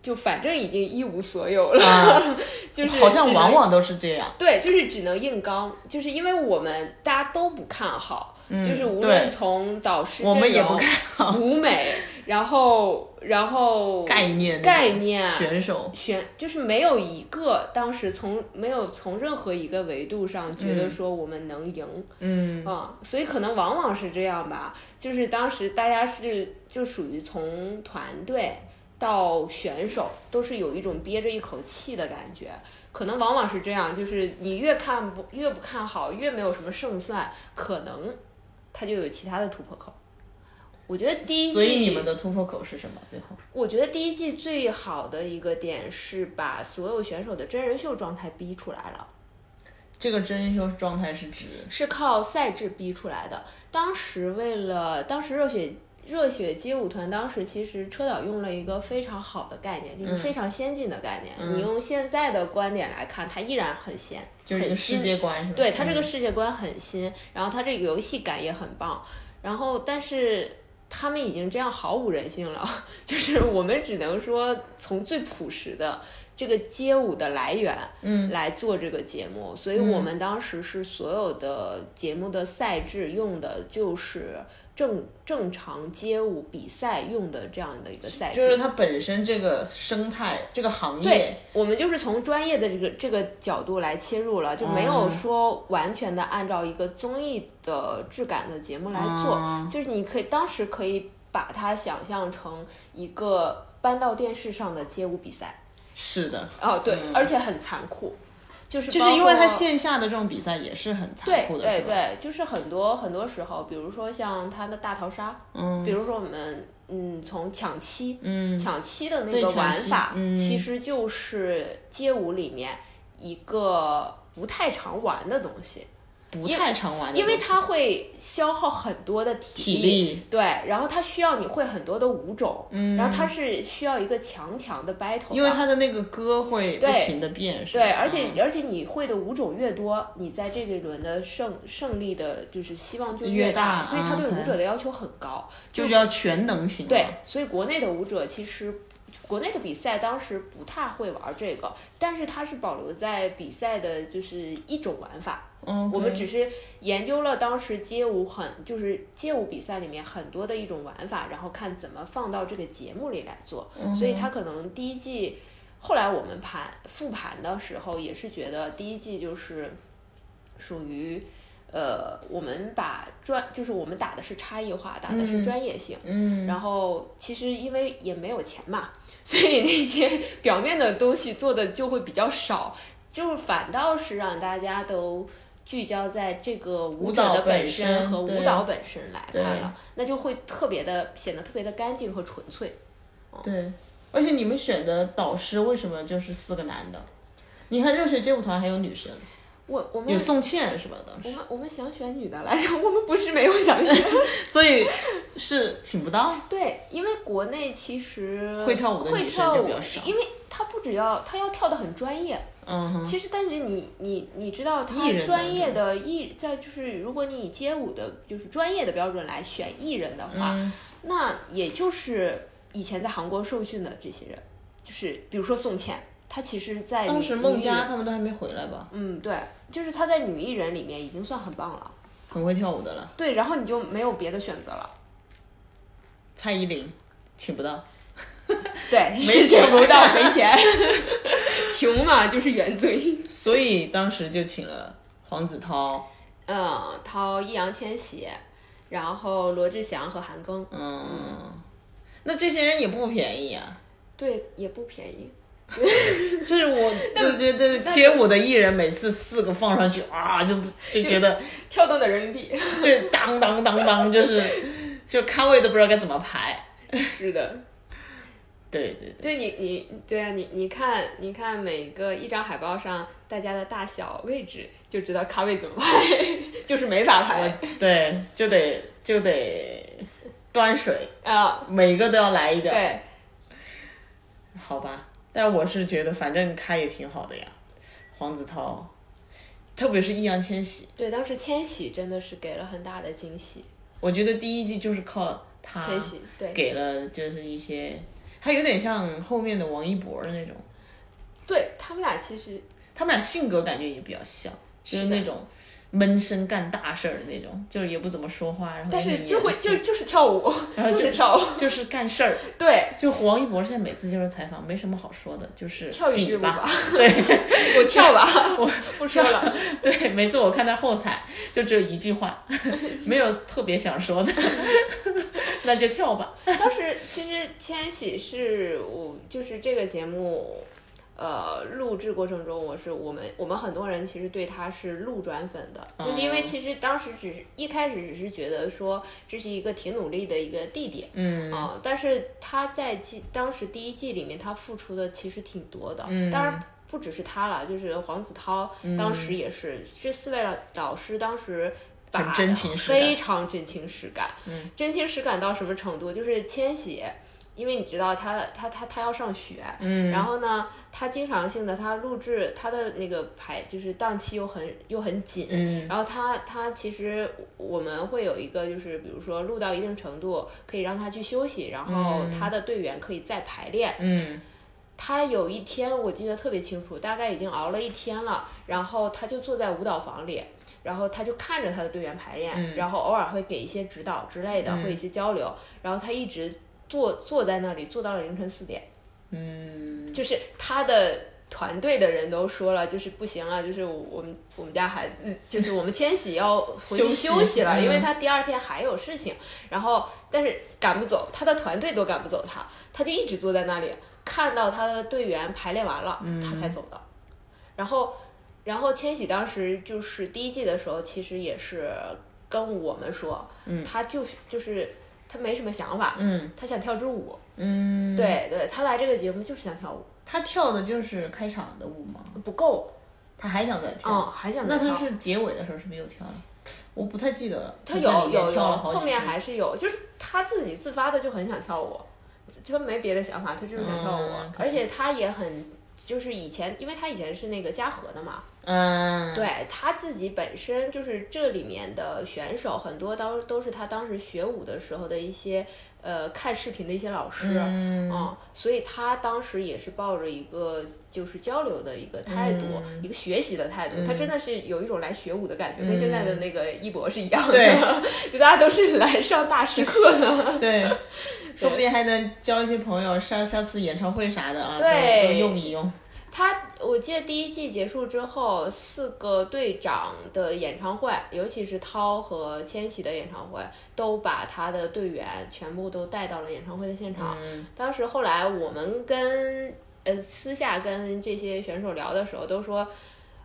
C: 就反正已经一无所有了，就是
B: 啊好像
C: 只能
B: 往往都是这样。
C: 对，就是只能硬刚，就是因为我们大家都不看好，就是
B: 嗯
C: 无
B: 对
C: 论从导师
B: 我们
C: 阵
B: 也不
C: 容
B: 看
C: 舞美，然后然后
B: 概念
C: 概念
B: 选手，
C: 选就是没有一个当时从没有从任何一个维度上觉得说我们能赢，
B: 嗯
C: 嗯，所以可能往往是这样吧，就是当时大家是就属于从团队到选手都是有一种憋着一口气的感觉，可能往往是这样，就是你越看不越不看好，越没有什么胜算，可能他就有其他的突破口。我觉得第一季，
B: 所以你们的突破口是什么？最后，
C: 我觉得第一季最好的一个点是把所有选手的真人秀状态逼出来了。
B: 这个真人秀状态是指
C: 是靠赛制逼出来的。当时为了当时热血热血街舞团，当时其实车导用了一个非常好的概念，
B: 嗯
C: 就是非常先进的概念。你用现在的观点来看，它依然很先，
B: 就是一个
C: 很
B: 世
C: 新。
B: 界观，是吧嗯
C: 对它这个世界观很新，然后它这个游戏感也很棒，然后但是。他们已经这样毫无人性了， 就是我们只能说从最朴实的这个街舞的来源，嗯，来做这个节目。所以
B: 嗯
C: 我们当时是所有的节目的赛制用的就是正正常街舞比赛用的这样的一个赛制，
B: 就是它本身这个生态、这个行
C: 对
B: 业，，
C: 我们就是从专业的这个这个角度来切入了，就没
B: 嗯
C: 有说完全的按照一个综艺的质感的节目来做，
B: 嗯
C: 就是你可以当时可以把它想象成一个搬到电视上的街舞比赛，
B: 是的，
C: 哦，对，而且很残酷，就是
B: 嗯就
C: 包
B: 是因为它
C: 括
B: 线下的这种比赛也是很残
C: 对
B: 酷的，
C: 对
B: 是吧？
C: 对，就是很多很多时候，比如说像他的大逃杀，嗯，比如说我们嗯从抢七，嗯，抢七的那
B: 对
C: 个
B: 抢
C: 玩
B: 七
C: 法，
B: 嗯
C: 其实就是街舞里面一个不太常玩的东西。
B: 不太常玩的
C: 因
B: 东西，
C: 为它会消耗很多的体
B: 体力
C: 对，然后它需要你会很多的舞种，嗯，然后它是需要一个强强的 battle，
B: 因为
C: 的
B: 它的那个歌会不
C: 对
B: 停的变，是吧
C: 对，而且
B: 嗯
C: 而且你会的舞种越多，你在这一轮的胜胜利的，就是希望就
B: 越大
C: 大，所以他
B: 嗯
C: 对
B: ，OK
C: 舞者的要求很高。
B: 就叫全能型嘛。
C: 对，所以国内的舞者其实。国内的比赛当时不太会玩这个，但是它是保留在比赛的就是一种玩法，
B: 嗯，
C: 我们只是研究了当时街舞很就是街舞比赛里面很多的一种玩法，然后看怎么放到这个节目里来做。所以它可能第一季，后来我们盘复盘的时候也是觉得第一季就是属于。呃，我们把专就是我们打的是差异化，打的是专业性。嗯，然后其实因为也没有钱嘛，所以那些表面的东西做的就会比较少，就是反倒是让大家都聚焦在这个舞者的本身和
B: 舞蹈本身对
C: 舞蹈本身来看
B: 对
C: 了，那就会特别的显得特别的干净和纯粹。
B: 对，而且你们选的导师为什么就是四个男的？你看热血街舞团还有女生，
C: 我我们
B: 有宋茜是吧？当
C: 我
B: 时，
C: 们我们想选女的来着，我们不是没有想选。
B: 所以是请不到。
C: 对，因为国内其实
B: 会跳舞的
C: 会
B: 女生
C: 跳
B: 就
C: 舞
B: 比较少
C: 因为她不只要她要跳的很专业，
B: 嗯哼，
C: 其实，但是你你你知道，他
B: 艺人
C: 专业的艺在就是，如果你以街舞的就是专业的标准来选艺人的话，
B: 嗯
C: 那也就是以前在韩国受训的这些人，就是比如说宋茜，她其实在
B: 当
C: 女
B: 时孟
C: 女艺
B: 佳
C: 人
B: 他们都还没回来吧？
C: 嗯，对，就是她在女艺人里面已经算很棒了。
B: 很会跳舞的了。
C: 对，然后你就没有别的选择了。
B: 蔡依林请不到，
C: 对，
B: 没
C: 是
B: 钱
C: 请不到，没钱， 穷嘛就是原罪。
B: 所以当时就请了黄子韬，
C: 嗯，涛、易烊千玺，然后罗志祥和韩庚。
B: 嗯，那这些人也不便宜啊。
C: 对，也不便宜。
B: 就是 我就觉得街舞的艺人每次四个放上去啊，就就觉得
C: 跳动的人民币。
B: 就当当当当，就是就咖位都不知道该怎么排。
C: 是的，
B: 对对对，
C: 对你你对啊，你你看你看每个一张海报上大家的大小位置，就知道咖位怎么排， 就是没法排
B: 我对就得就得端水，
C: 啊。
B: 每个都要来一点儿，
C: 对，
B: 好吧？但我是觉得反正咖也挺好的呀，黄子韬，特别是易烊千玺，
C: 对，当时千玺真的是给了很大的惊喜，
B: 我觉得第一季就是靠他
C: 千玺对
B: 给了就是一些，他有点像后面的王一博的那种。
C: 对他们俩其实
B: 他们俩性格感觉也比较像，就是
C: 是的
B: 那种闷声干大事儿的那种，就是也不怎么说话，然后
C: 但
B: 也很
C: 是
B: 严
C: 就会
B: 肃
C: 就 就是跳舞，
B: 然后
C: 是跳舞，
B: 就是干事儿。
C: 对，
B: 就王一博现在每次接受采访，没什么好说的，就是
C: 跳一
B: 比
C: 支舞
B: 吧
C: 吧。
B: 对
C: 我跳吧， 我不说了。
B: 对，每次我看他后采，就只有一句话， 没有特别想说的， 那就跳吧。
C: 当时其实千玺是我就是这个节目，呃，录制过程中，我是我们我们很多人其实对他是路转粉的，就是因为其实当时只是一开始只是觉得说这是一个挺努力的一个弟弟，嗯啊、但是他在季当时第一季里面他付出的其实挺多的，嗯，当然。不只是他了，就是黄子韬
B: 嗯
C: 当时也是，这四位导师当时把
B: 很真情实感嗯
C: 非常真情实感，真情实感到什么程度？就是千玺，因为你知道他他他他要上学，嗯，然后呢，他经常性的他录制他的那个排就是档期又很又很紧，嗯，然后他他其实我们会有一个就是比如说录到一定程度可以让他去休息，然后他的队员可以再排练，
B: 嗯，
C: 他有一天我记得特别清楚，大概已经熬了一天了，然后他就坐在舞蹈房里，然后他就看着他的队员排练，然后偶尔会给一些指导之类的，会有一些交流，然后他一直坐坐在那里坐到了凌晨四点，嗯，就是他的。团队的人都说了，就是不行了，就是我们我们家孩子，就是我们千玺要回去
B: 休息
C: 休息了，
B: 嗯
C: 因为他第二天还有事情，然后但是赶不走，他的团队都赶不走他，他就一直坐在那里，看到他的队员排练完了，他才走的。然后，然后千玺当时就是第一季的时候，其实也是跟我们说，他就是就是他没什么想法，
B: 嗯，
C: 他想跳支舞，嗯，对对，他来这个节目就是想跳舞，
B: 他跳的就是开场的舞吗？
C: 不够，
B: 他还想再跳，
C: 哦，还想
B: 那
C: 再
B: 他
C: 跳
B: 是结尾的时候是不是又跳了？我不太记得了。
C: 他
B: 在
C: 有
B: 里面
C: 有有，
B: 跳了好几
C: 后面
B: 次
C: 还是有，就是他自己自发的就很想跳舞，就没别的想法，他就是想跳舞，
B: 嗯可以
C: 而且他也很。就是以前，因为他以前是那个嘉禾的嘛，
B: 嗯，
C: 对他自己本身就是这里面的选手，很多当都是他当时学舞的时候的一些呃看视频的一些老师，
B: 嗯
C: 嗯，所以他当时也是抱着一个就是交流的一个态度，
B: 嗯
C: 一个学习的态度。他
B: 嗯
C: 真的是有一种来学舞的感觉，
B: 嗯
C: 跟现在的那个一博是一样的，
B: 对
C: 就大家都是来上大师课的。
B: 对，说不定还能交一些朋友，上下次演唱会啥的啊，
C: 对
B: 都都用一用。
C: 他我记得第一季结束之后，四个队长的演唱会，尤其是涛和千玺的演唱会，都把他的队员全部都带到了演唱会的现场。
B: 嗯
C: 当时后来我们跟呃私下跟这些选手聊的时候，都说，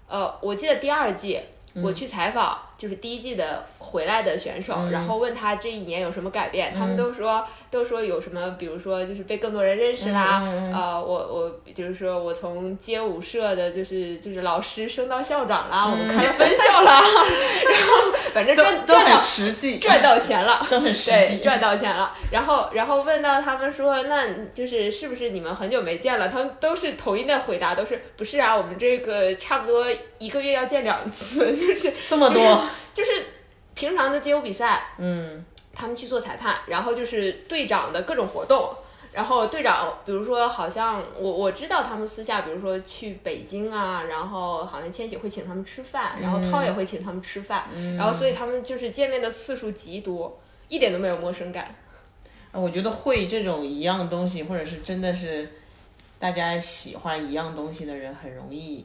C: 呃，我记得第二季
B: 嗯
C: 我去采访，就是第一季的回来的选
B: 嗯
C: 手，然后问他这一年有什么改变，他们都说都说有什么，比如说就是被更多人认识啦，
B: 嗯嗯嗯
C: 呃，我我就是说我从街舞社的就是就是老师升到校长啦，我们开了分校啦， 然后反正
B: 嗯都
C: 赚
B: 都
C: 赚到
B: 很实际，
C: 赚到钱了，
B: 都很实
C: 对，
B: 际。
C: 赚到钱了。然后，然后问到他们说，那就是是不是你们很久没见了？他们都是统一的回答，都是不是啊？我们这个差不多一个月要见两次，就是
B: 这么 多，
C: 就是平常的街舞比赛，
B: 嗯，
C: 他们去做裁判，然后就是队长的各种活动。然后队长，比如说，好像我我知道他们私下，比如说去北京啊，然后好像千玺会请他们吃饭，然后涛也会请他们吃饭，然后所以他们就是见面的次数极多，一点都没有陌生感。
B: 我觉得会这种一样东西，或者是真的是大家喜欢一样东西的人，很容易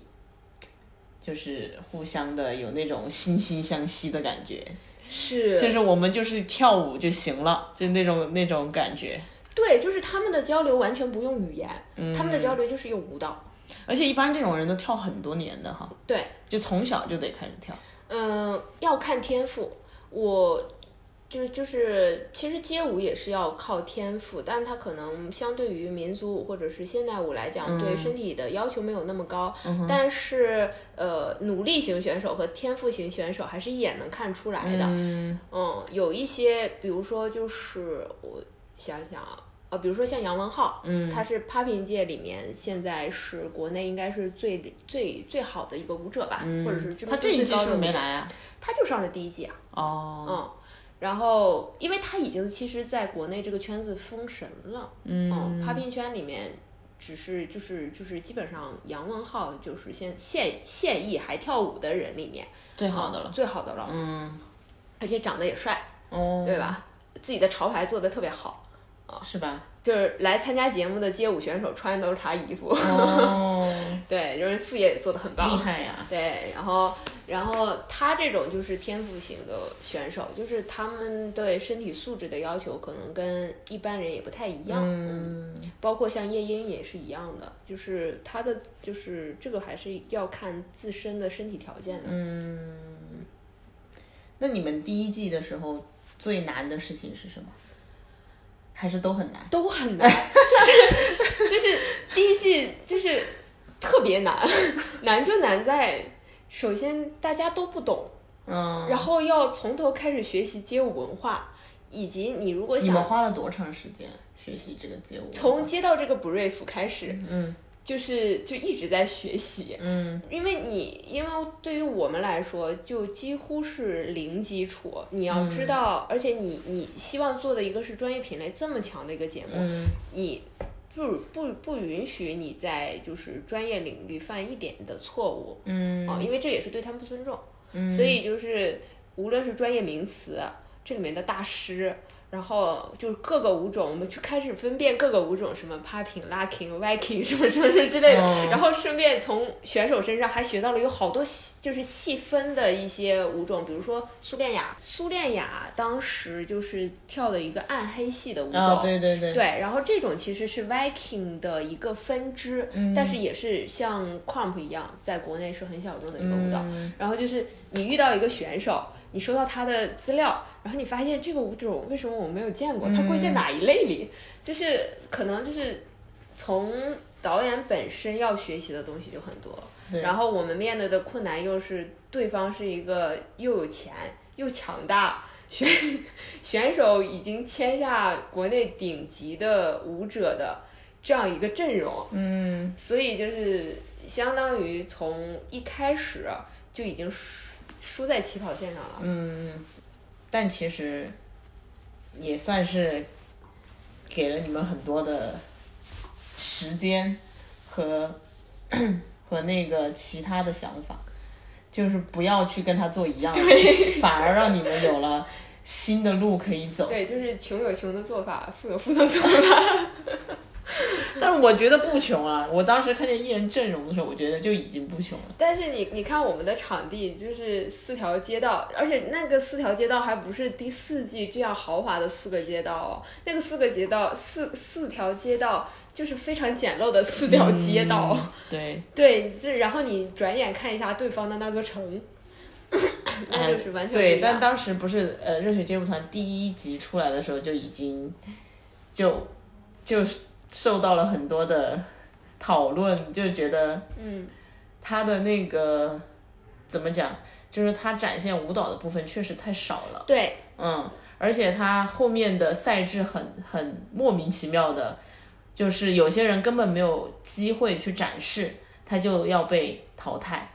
B: 就是互相的有那种惺惺相惜的感觉。
C: 是，
B: 就是我们就是跳舞就行了，就那种那种感觉。
C: 对，就是他们的交流完全不用语言，他们的交流就是用舞蹈。
B: 而且一般这种人都跳很多年的哈，
C: 对，
B: 就从小就得开始跳。
C: 嗯，要看天赋。我就就是，其实街舞也是要靠天赋，但它可能相对于民族舞或者是现代舞来讲，对
B: 嗯
C: 身体的要求没有那么高。但是，呃，努力型选手和天赋型选手还是一眼能看出来的。
B: 嗯
C: 嗯，有一些，比如说就是我想想啊，呃，比如说像杨文浩，嗯，他是 popping 界里面现在是国内应该是最最最好的一个舞者吧，或者是知名
B: 嗯他
C: 度
B: 这一
C: 最
B: 季
C: 高
B: 是不
C: 的
B: 是
C: 舞
B: 没
C: 者
B: 来啊？
C: 他就上了第一季啊，
B: 哦，
C: 嗯，然后因为他已经其实在国内这个圈子封神了，嗯 p o p p i n 圈里面。只是就是就是基本上杨文浩就是现现现役还跳舞的人里面
B: 最好的了。
C: 最好的了，
B: 嗯，
C: 而且长得也帅，
B: 哦，
C: 对吧？自己的潮牌做的特别好，
B: 是吧？
C: 就是来参加节目的街舞选手穿的都是他衣服，
B: 嗯 哦，
C: 对，就是副业也做的很
B: 厉
C: 棒，
B: 害呀！
C: 对，然后然后他这种就是天赋型的选手，就是他们对身体素质的要求可能跟一般人也不太一样，
B: 嗯，
C: 包括像夜莺也是一样的，就是他的就是这个还是要看自身的身体条件
B: 嗯
C: 的，
B: 那你们第一季的时候最难的事情是什么？还是都很难？
C: 都很难，就是就是第一季就是特别难，难就难在首先大家都不懂，
B: 嗯，
C: 然后要从头开始学习街舞文化，以及你如果
B: 你们
C: 想
B: 花了多长时间学习这个街舞？
C: 从接到这个 brief 开始，
B: 嗯
C: 就是就一直在学习，
B: 嗯
C: 因为你，因为对于我们来说，就几乎是零基础。你要知
B: 嗯
C: 道，而且你你希望做的一个是专业品类这么强的一个节目，
B: 嗯
C: 你不不不允许你在就是专业领域犯一点的错误
B: 嗯
C: 啊、因为这也是对他们不尊重。所以就是无论是专业名词，这里面的大师。然后就是各个舞种，我们去开始分辨各个舞种，什么 popping、locking、viking 什么什么什么之类的。
B: 嗯
C: 然后顺便从选手身上还学到了有好多细就是细分的一些舞种，比如说苏恋雅，苏恋雅当时就是跳的一个暗黑系的舞种，
B: 啊，对对对，
C: 对，然后这种其实是 Viking 的一个分支，
B: 嗯
C: 但是也是像 Crump 一样，在国内是很小众的一个舞蹈。
B: 嗯
C: 然后就是你遇到一个选手，你收到他的资料，然后你发现这个舞种为
B: 嗯
C: 什么我没有见过，它归在哪一类里？就是可能就是从。导演本身要学习的东西就很多，
B: 对
C: 然后我们面对的困难又是对方是一个又有钱又强大。选选手已经签下国内顶级的舞者的这样一个阵容，
B: 嗯，
C: 所以就是相当于从一开始就已经输输在起跑线上了。
B: 但其实也算是给了你们很多的时间和 和那个其他的想法，就是不要去跟他做一样的，反而让你们有了新的路可以走。
C: 对，就是穷有穷的做法，富有富的做法。
B: 但是我觉得不穷了，我当时看见艺人阵容的时候，我觉得就已经不穷了。
C: 但是你你看我们的场地就是四条街道，而且那个四条街道还不是第四季这样豪华的四个街道哦，那个四个街道四四条街道就是非常简陋的四条街道。哦
B: 嗯对，
C: 对，这然后你转眼看一下对方的那座城，那就是完全不
B: 哎对，
C: 一样
B: 但当时不是呃，热血街舞团第一集出来的时候就已经就就是受到了很多的讨论，就觉得
C: 嗯
B: 他的那个怎么讲，就是他展现舞蹈的部分确实太少了，
C: 对
B: 嗯，而且他后面的赛制很很莫名其妙的，就是有些人根本没有机会去展示，他就要被淘汰，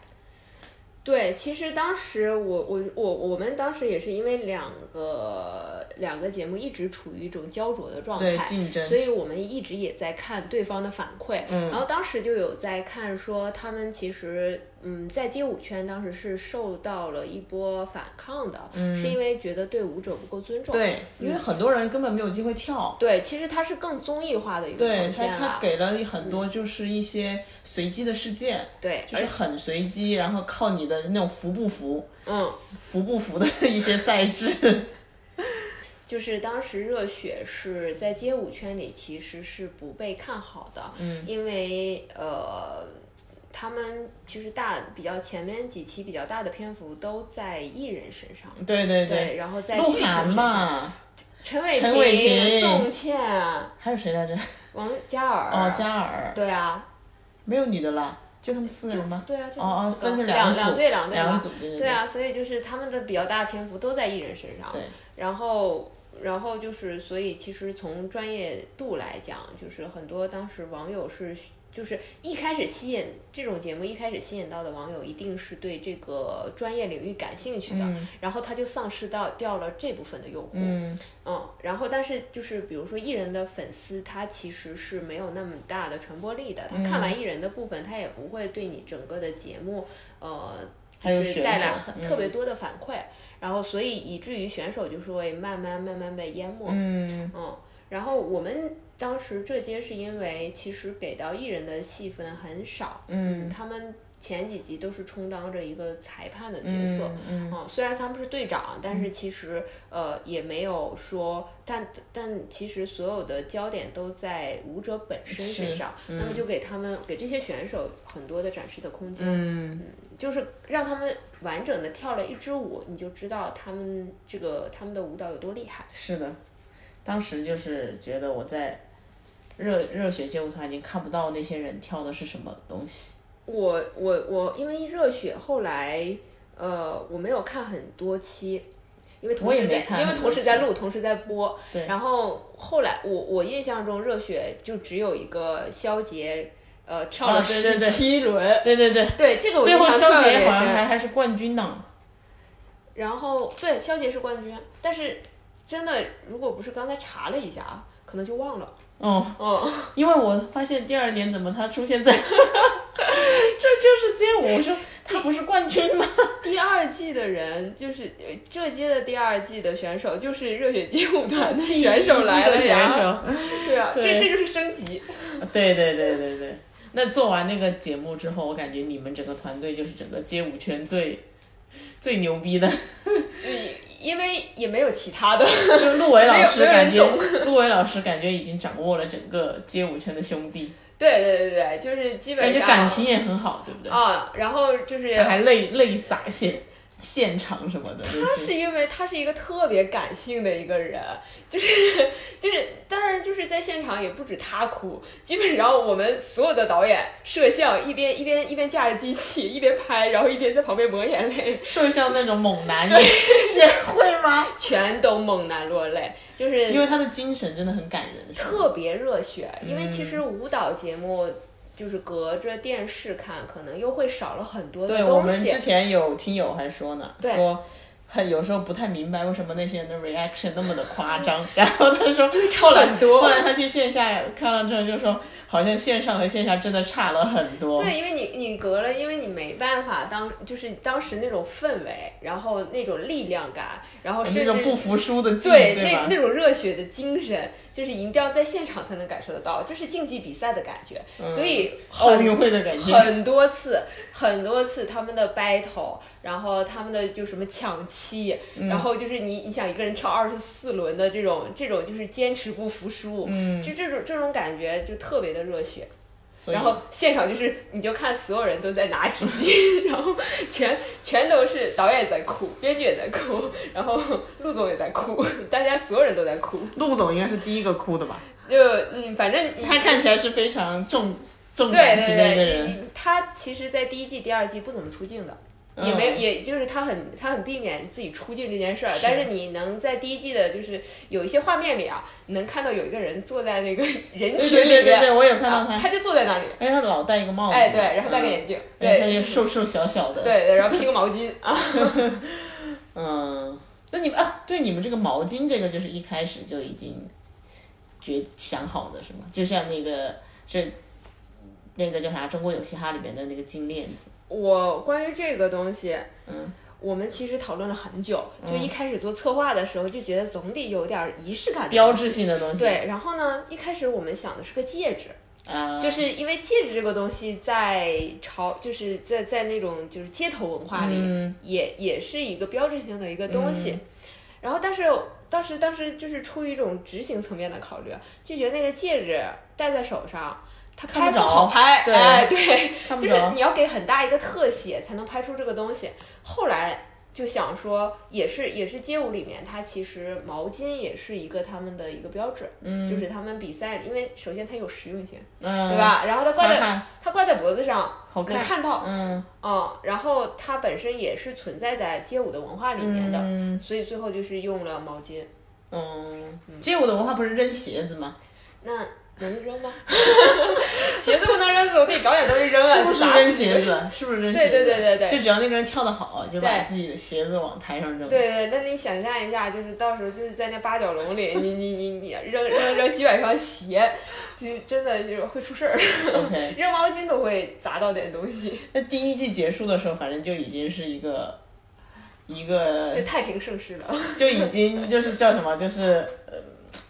C: 对，其实当时我我我我们当时也是因为两个两个节目一直处于一种焦灼的状
B: 对
C: 态，
B: 竞争
C: 所以我们一直也在看对方的反馈。嗯，然后当时就有在看说他们其实嗯在街舞圈当时是受到了一波反抗的，嗯、是因为觉得对舞者不够尊重。
B: 对，因为很多人根本没有机会跳。
C: 对，其实它是更综艺化的一个
B: 对
C: 呈
B: 他，
C: 现
B: 他
C: 了。
B: 给了很多就是一些随机的事件，
C: 对，
B: 就是很随机，然后靠你的那种服不服、
C: 嗯，
B: 服不服的 一些赛制。
C: 就是当时热血是在街舞圈里其实是不被看好的，嗯，因为呃，他们就是大比较前面几期比较大的篇幅都在艺人身上，
B: 对嗯对
C: 对，，然后在
B: 鹿
C: 剧情
B: 晗
C: 身上，
B: 嘛，
C: 陈
B: 陈伟
C: 伟
B: 霆
C: 宋茜、
B: 还有谁来着？
C: 王嘉尔，
B: 哦，嘉尔，
C: 对啊，
B: 没有女的了，就他们四个人吗？
C: 对啊，这
B: 哦哦，分成
C: 两
B: 组，
C: 队
B: 两
C: 两队吧
B: 组，对对
C: 对啊，所以就是他们的比较大篇幅都在艺人身上。
B: 对
C: 然后，然后就是，所以其实从专业度来讲，就是很多当时网友是，就是一开始吸引这种节目，一开始吸引到的网友一定是对这个专业领域感兴趣的，然后他就丧失到掉了这部分的用户。
B: 嗯，
C: 嗯，然后但是就是比如说艺人的粉丝，他其实是没有那么大的传播力的。他看
B: 嗯
C: 完艺人的部分，他也不会对你整个的节目，呃，
B: 还有
C: 就
B: 选
C: 是带来
B: 手
C: 很
B: 嗯
C: 特别多的反馈。然后所以以至于选手就是会慢慢慢慢被淹没。嗯然后我们当时这届是因为其实给到艺人的戏份很少，嗯，他们前几集都是充当着一个裁判的角色，嗯，虽然他们是队长，啊但是其实呃也没有说，但但其实所有的焦点都在舞者本身身
B: 是
C: 上，那么就给他们给这些选手很多的展示的空间，嗯就是让他们完整的跳了一支舞，你就知道他们这个他们的舞蹈有多厉害，
B: 是的，当时就是觉得我在热热血街舞团已经看不到那些人跳的是什么东西。
C: 我我我，因为热血后来，呃，我没有看很多期，因为同
B: 我也
C: 时
B: 没
C: 在
B: 看
C: 因为
B: 很
C: 同
B: 多
C: 时
B: 期
C: 在录，同时在播。
B: 对
C: 然后后来我我印象中热血就只有一个肖杰，呃，跳
B: 啊
C: 了
B: 对
C: 真
B: 对对
C: 七轮。
B: 对对对，
C: 对这个我
B: 最
C: 印
B: 后
C: 象
B: 肖
C: 特别
B: 杰好像
C: 深
B: 还还是冠军呢。
C: 然后对肖杰是冠军，但是真的如果不是刚才查了一下，啊可能就忘了。
B: 哦，
C: 嗯，
B: 因为我发现第二年怎么他出现在， 这就是街舞。我说他不是冠军吗？
C: 第二季的人就是呃这届的第二季的选手，就是热血街舞团的 选手来了
B: 第一季的
C: 呀。
B: 选手。
C: 对啊，
B: 对
C: 这这就是升级。
B: 对对对对对。那做完那个节目之后，我感觉你们整个团队就是整个街舞圈最 最牛逼 的，
C: 对，嗯因为也没有其他的。
B: 就是陆伟老师
C: 没有没有人
B: 感觉， 陆伟老师感觉已经掌握了整个街舞圈的兄弟，
C: 对对对对，哦就是基本
B: 感
C: 上
B: 觉感情也很好，对不对？
C: 啊，然后就是
B: 还泪泪洒线，现场什么的这
C: 他是
B: 些。
C: 因为他是一个特别感性的一个人，就是 就是，当然就是在现场也不止他哭，基本上我们所有的导演、摄像一边一边一边架着机器一边拍，然后一边在旁边抹眼泪，
B: 摄像那种猛男也 也会吗？
C: 全都猛男落泪，就是
B: 因为嗯他的精神真的很感人，是吗
C: 特别热血，因为其实舞蹈节目。就是隔着电视看，可能又会少了很多的
B: 对我
C: 东
B: 们
C: 西
B: 之。前有听友还说呢，
C: 对
B: 说很有时候不太明白为什么那些人的 reaction 那么的夸张。 然后他说，后来
C: 很多
B: 后来他去线下看了之后就说，好像线上和线下真的差了很多。
C: 对，因为你你隔了，因为你没办法当就是当时那种氛围，然后那种力量感，然后甚
B: 那
C: 至
B: 种不服输的劲，
C: 对
B: 吧
C: 那？那种热血的精神，就是一定要在现场才能感受得到，就是竞技比赛的感觉。所以
B: 嗯奥
C: 很
B: 运会的感觉，
C: 很多次，很多次他们的 battle，然后他们的就什么抢七，
B: 嗯
C: 然后就是你你想一个人跳二十四轮的这种这种就是坚持不服输，嗯，就这种这种感觉就特别的热血。
B: 所以
C: 然后现场就是，你就看所有人都在拿纸巾， 然后全全都是导演在哭，编剧也在哭，然后陆总也在哭，大家所有人都在哭。
B: 陆总应该是第一个哭的吧？
C: 就嗯，反正你
B: 他看起来是非常重重
C: 对
B: 感情
C: 对
B: 的一个
C: 对，
B: 人，
C: 你他其实，在第一季、第二季不怎么出镜的，也
B: 嗯
C: 没也就是他很他很避免自己出镜这件事儿，但是你能在第一季的，就是有一些画面里啊，你能看到有一个人坐在那个 人
B: 对
C: 群
B: 对
C: 里
B: 对对对，
C: 面，
B: 我有看到
C: 啊
B: 他，
C: 他就坐在那里，
B: 而且他老戴一个帽子，
C: 哎对，然后戴个
B: 嗯
C: 眼镜，
B: 然后他
C: 对
B: 就瘦瘦小小的，
C: 对 对，然后披个毛巾 啊。
B: 嗯，那你们啊，对你们这个毛巾这个，就是一开始就已经决想好的是吗？就像那个是那个叫啥《中国有嘻哈》里面的那个金链子，
C: 我关于这个东西，
B: 嗯，
C: 我们其实讨论了很久，就一开始做策划的时候就觉得总得有点儿仪式感的东西，
B: 标志性的东西，
C: 对，然后呢，一开始我们想的是个戒指，
B: 啊，
C: 就是因为戒指这个东西在朝，就是在在那种就是街头文化里，
B: 嗯
C: 也也是一个标志性的一个东西。然后，但是当时当时就是出于一种执行层面的考虑，就觉得那个戒指戴在手上，它
B: 看
C: 拍
B: 不着
C: 好拍，
B: 对
C: 哎对，
B: 看不
C: 就
B: 着，
C: 是你要给很大一个特写才能拍出这个东西。后来就想说，也是也是街舞里面，它其实毛巾也是一个他们的一个标志，
B: 嗯，
C: 就是他们比赛，因为首先它有实用性，
B: 嗯，
C: 对？吧？然后它挂
B: 擦
C: 在
B: 汗
C: 它挂在脖子上
B: 好
C: 能
B: 看，
C: 看到，
B: 嗯，
C: 嗯，然后它本身也是存在在街舞的文化里面的，
B: 嗯
C: 所以最后就是用了毛巾。
B: 嗯，街舞的文化不是扔鞋子吗？
C: 那能扔吗？ 鞋子不能扔，总得找点东西扔啊，
B: 是不是
C: 砸
B: 扔
C: 死
B: 鞋
C: 你？
B: 子？ 是不是扔鞋
C: 对
B: 子？
C: 对对对对
B: 就只要那个人跳得好，就把
C: 对
B: 自己的鞋子往台上扔。
C: 对对，那你想象一下，就是到时候就是在那八角笼 里，你你你你扔扔扔几百双鞋，就真的就是会出事 儿。
B: ，OK。
C: 扔毛巾都会砸到点东西，
B: 那第一季结束的时候，反正就已经是一个一个
C: 就太平盛世了。
B: 就已经就是叫什么，就是呃，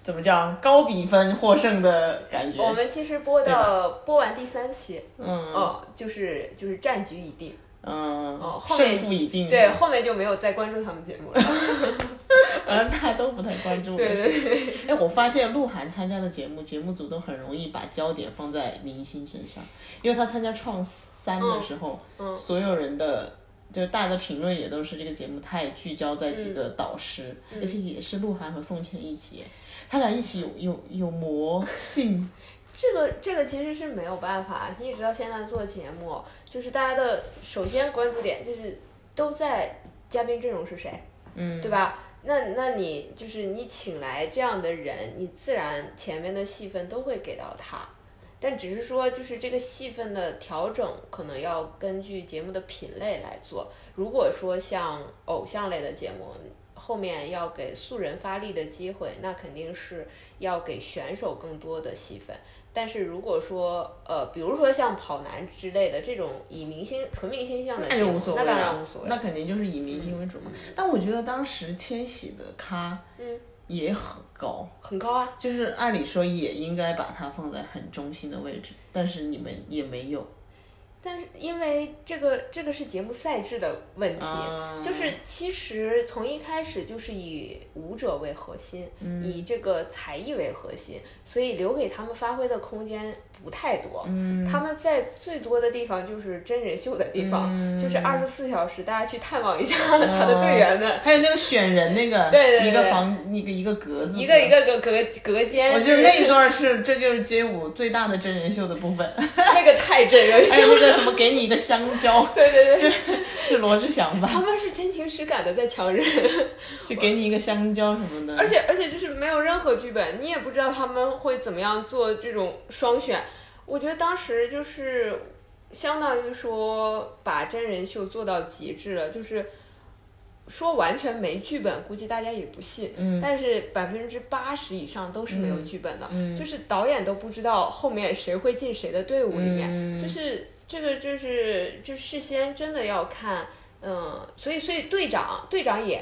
B: 怎么叫高比分获胜的感觉。
C: 我们其实播到播完第三期，
B: 嗯
C: 哦，就是就是战局已定，
B: 嗯，
C: 哦后
B: 胜
C: 面
B: 负已定。
C: 对，后面就没有再关注他们节目了。
B: 呃，大家都不太关注。
C: 对对对，
B: 哎，我发现鹿晗参加的节目，节目组都很容易把焦点放在明星身上，因为他参加《创三》的时候，
C: 嗯
B: 所有人的。就是大家的评论也都是这个节目太聚焦在几
C: 嗯
B: 个导师，而且也是鹿晗和宋茜一起，他俩一起有有有魔性，
C: 这个这个其实是没有办法，一直到现在做节目，就是大家的首先关注点就是都在嘉宾阵容是谁，
B: 嗯，
C: 对吧？那那你就是你请来这样的人，你自然前面的戏份都会给到他，但只是说就是这个戏份的调整可能要根据节目的品类来做。如果说像偶像类的节目，后面要给素人发力的机会，那肯定是要给选手更多的戏份。但是如果说呃，比如说像跑男之类的这种以明星纯明星向的
B: 那
C: 节
B: 就
C: 目
B: 无所，谓
C: 那
B: 了，
C: 当然无所谓。
B: 那肯定就是以明星为主嘛。但我觉得当时千玺的咖，
C: 嗯，
B: 也很高，
C: 很高啊，
B: 就是按理说也应该把它放在很中心的位置，但是你们也没有，
C: 但是因为这个这个是节目赛制的问题，
B: 啊
C: 就是其实从一开始就是以舞者为核心，
B: 嗯
C: 以这个才艺为核心，所以留给他们发挥的空间不太多。
B: 嗯
C: 他们在最多的地方就是真人秀的地方，
B: 嗯
C: 就是二十四小时大家去探望一下
B: 啊
C: 他的队员们，
B: 还有那个选人那个，
C: 对对对
B: 一个房一个一个格子，
C: 一个一。个隔隔隔间。
B: 嗯我觉
C: 就
B: 得
C: 是
B: 那一段是，这就是街舞最大的真人秀的部分。
C: 那个太真人秀
B: 还有那个
C: 了。
B: 什么，给你一个香蕉，
C: 对对对，
B: 是罗志祥吧？
C: 他们是真情实感的在强忍。
B: 就给你一个香蕉什么的。
C: 而且而且就是没有任何剧本，你也不知道他们会怎么样做这种双选。我觉得当时就是相当于说把真人秀做到极致了，就是说完全没剧本，估计大家也不信。嗯，但是百分之八十以上都是没有剧本的，就是导演都不知道后面谁会进谁的队伍里面，就是这个就是就事先真的要看。嗯，所以所以队长队长也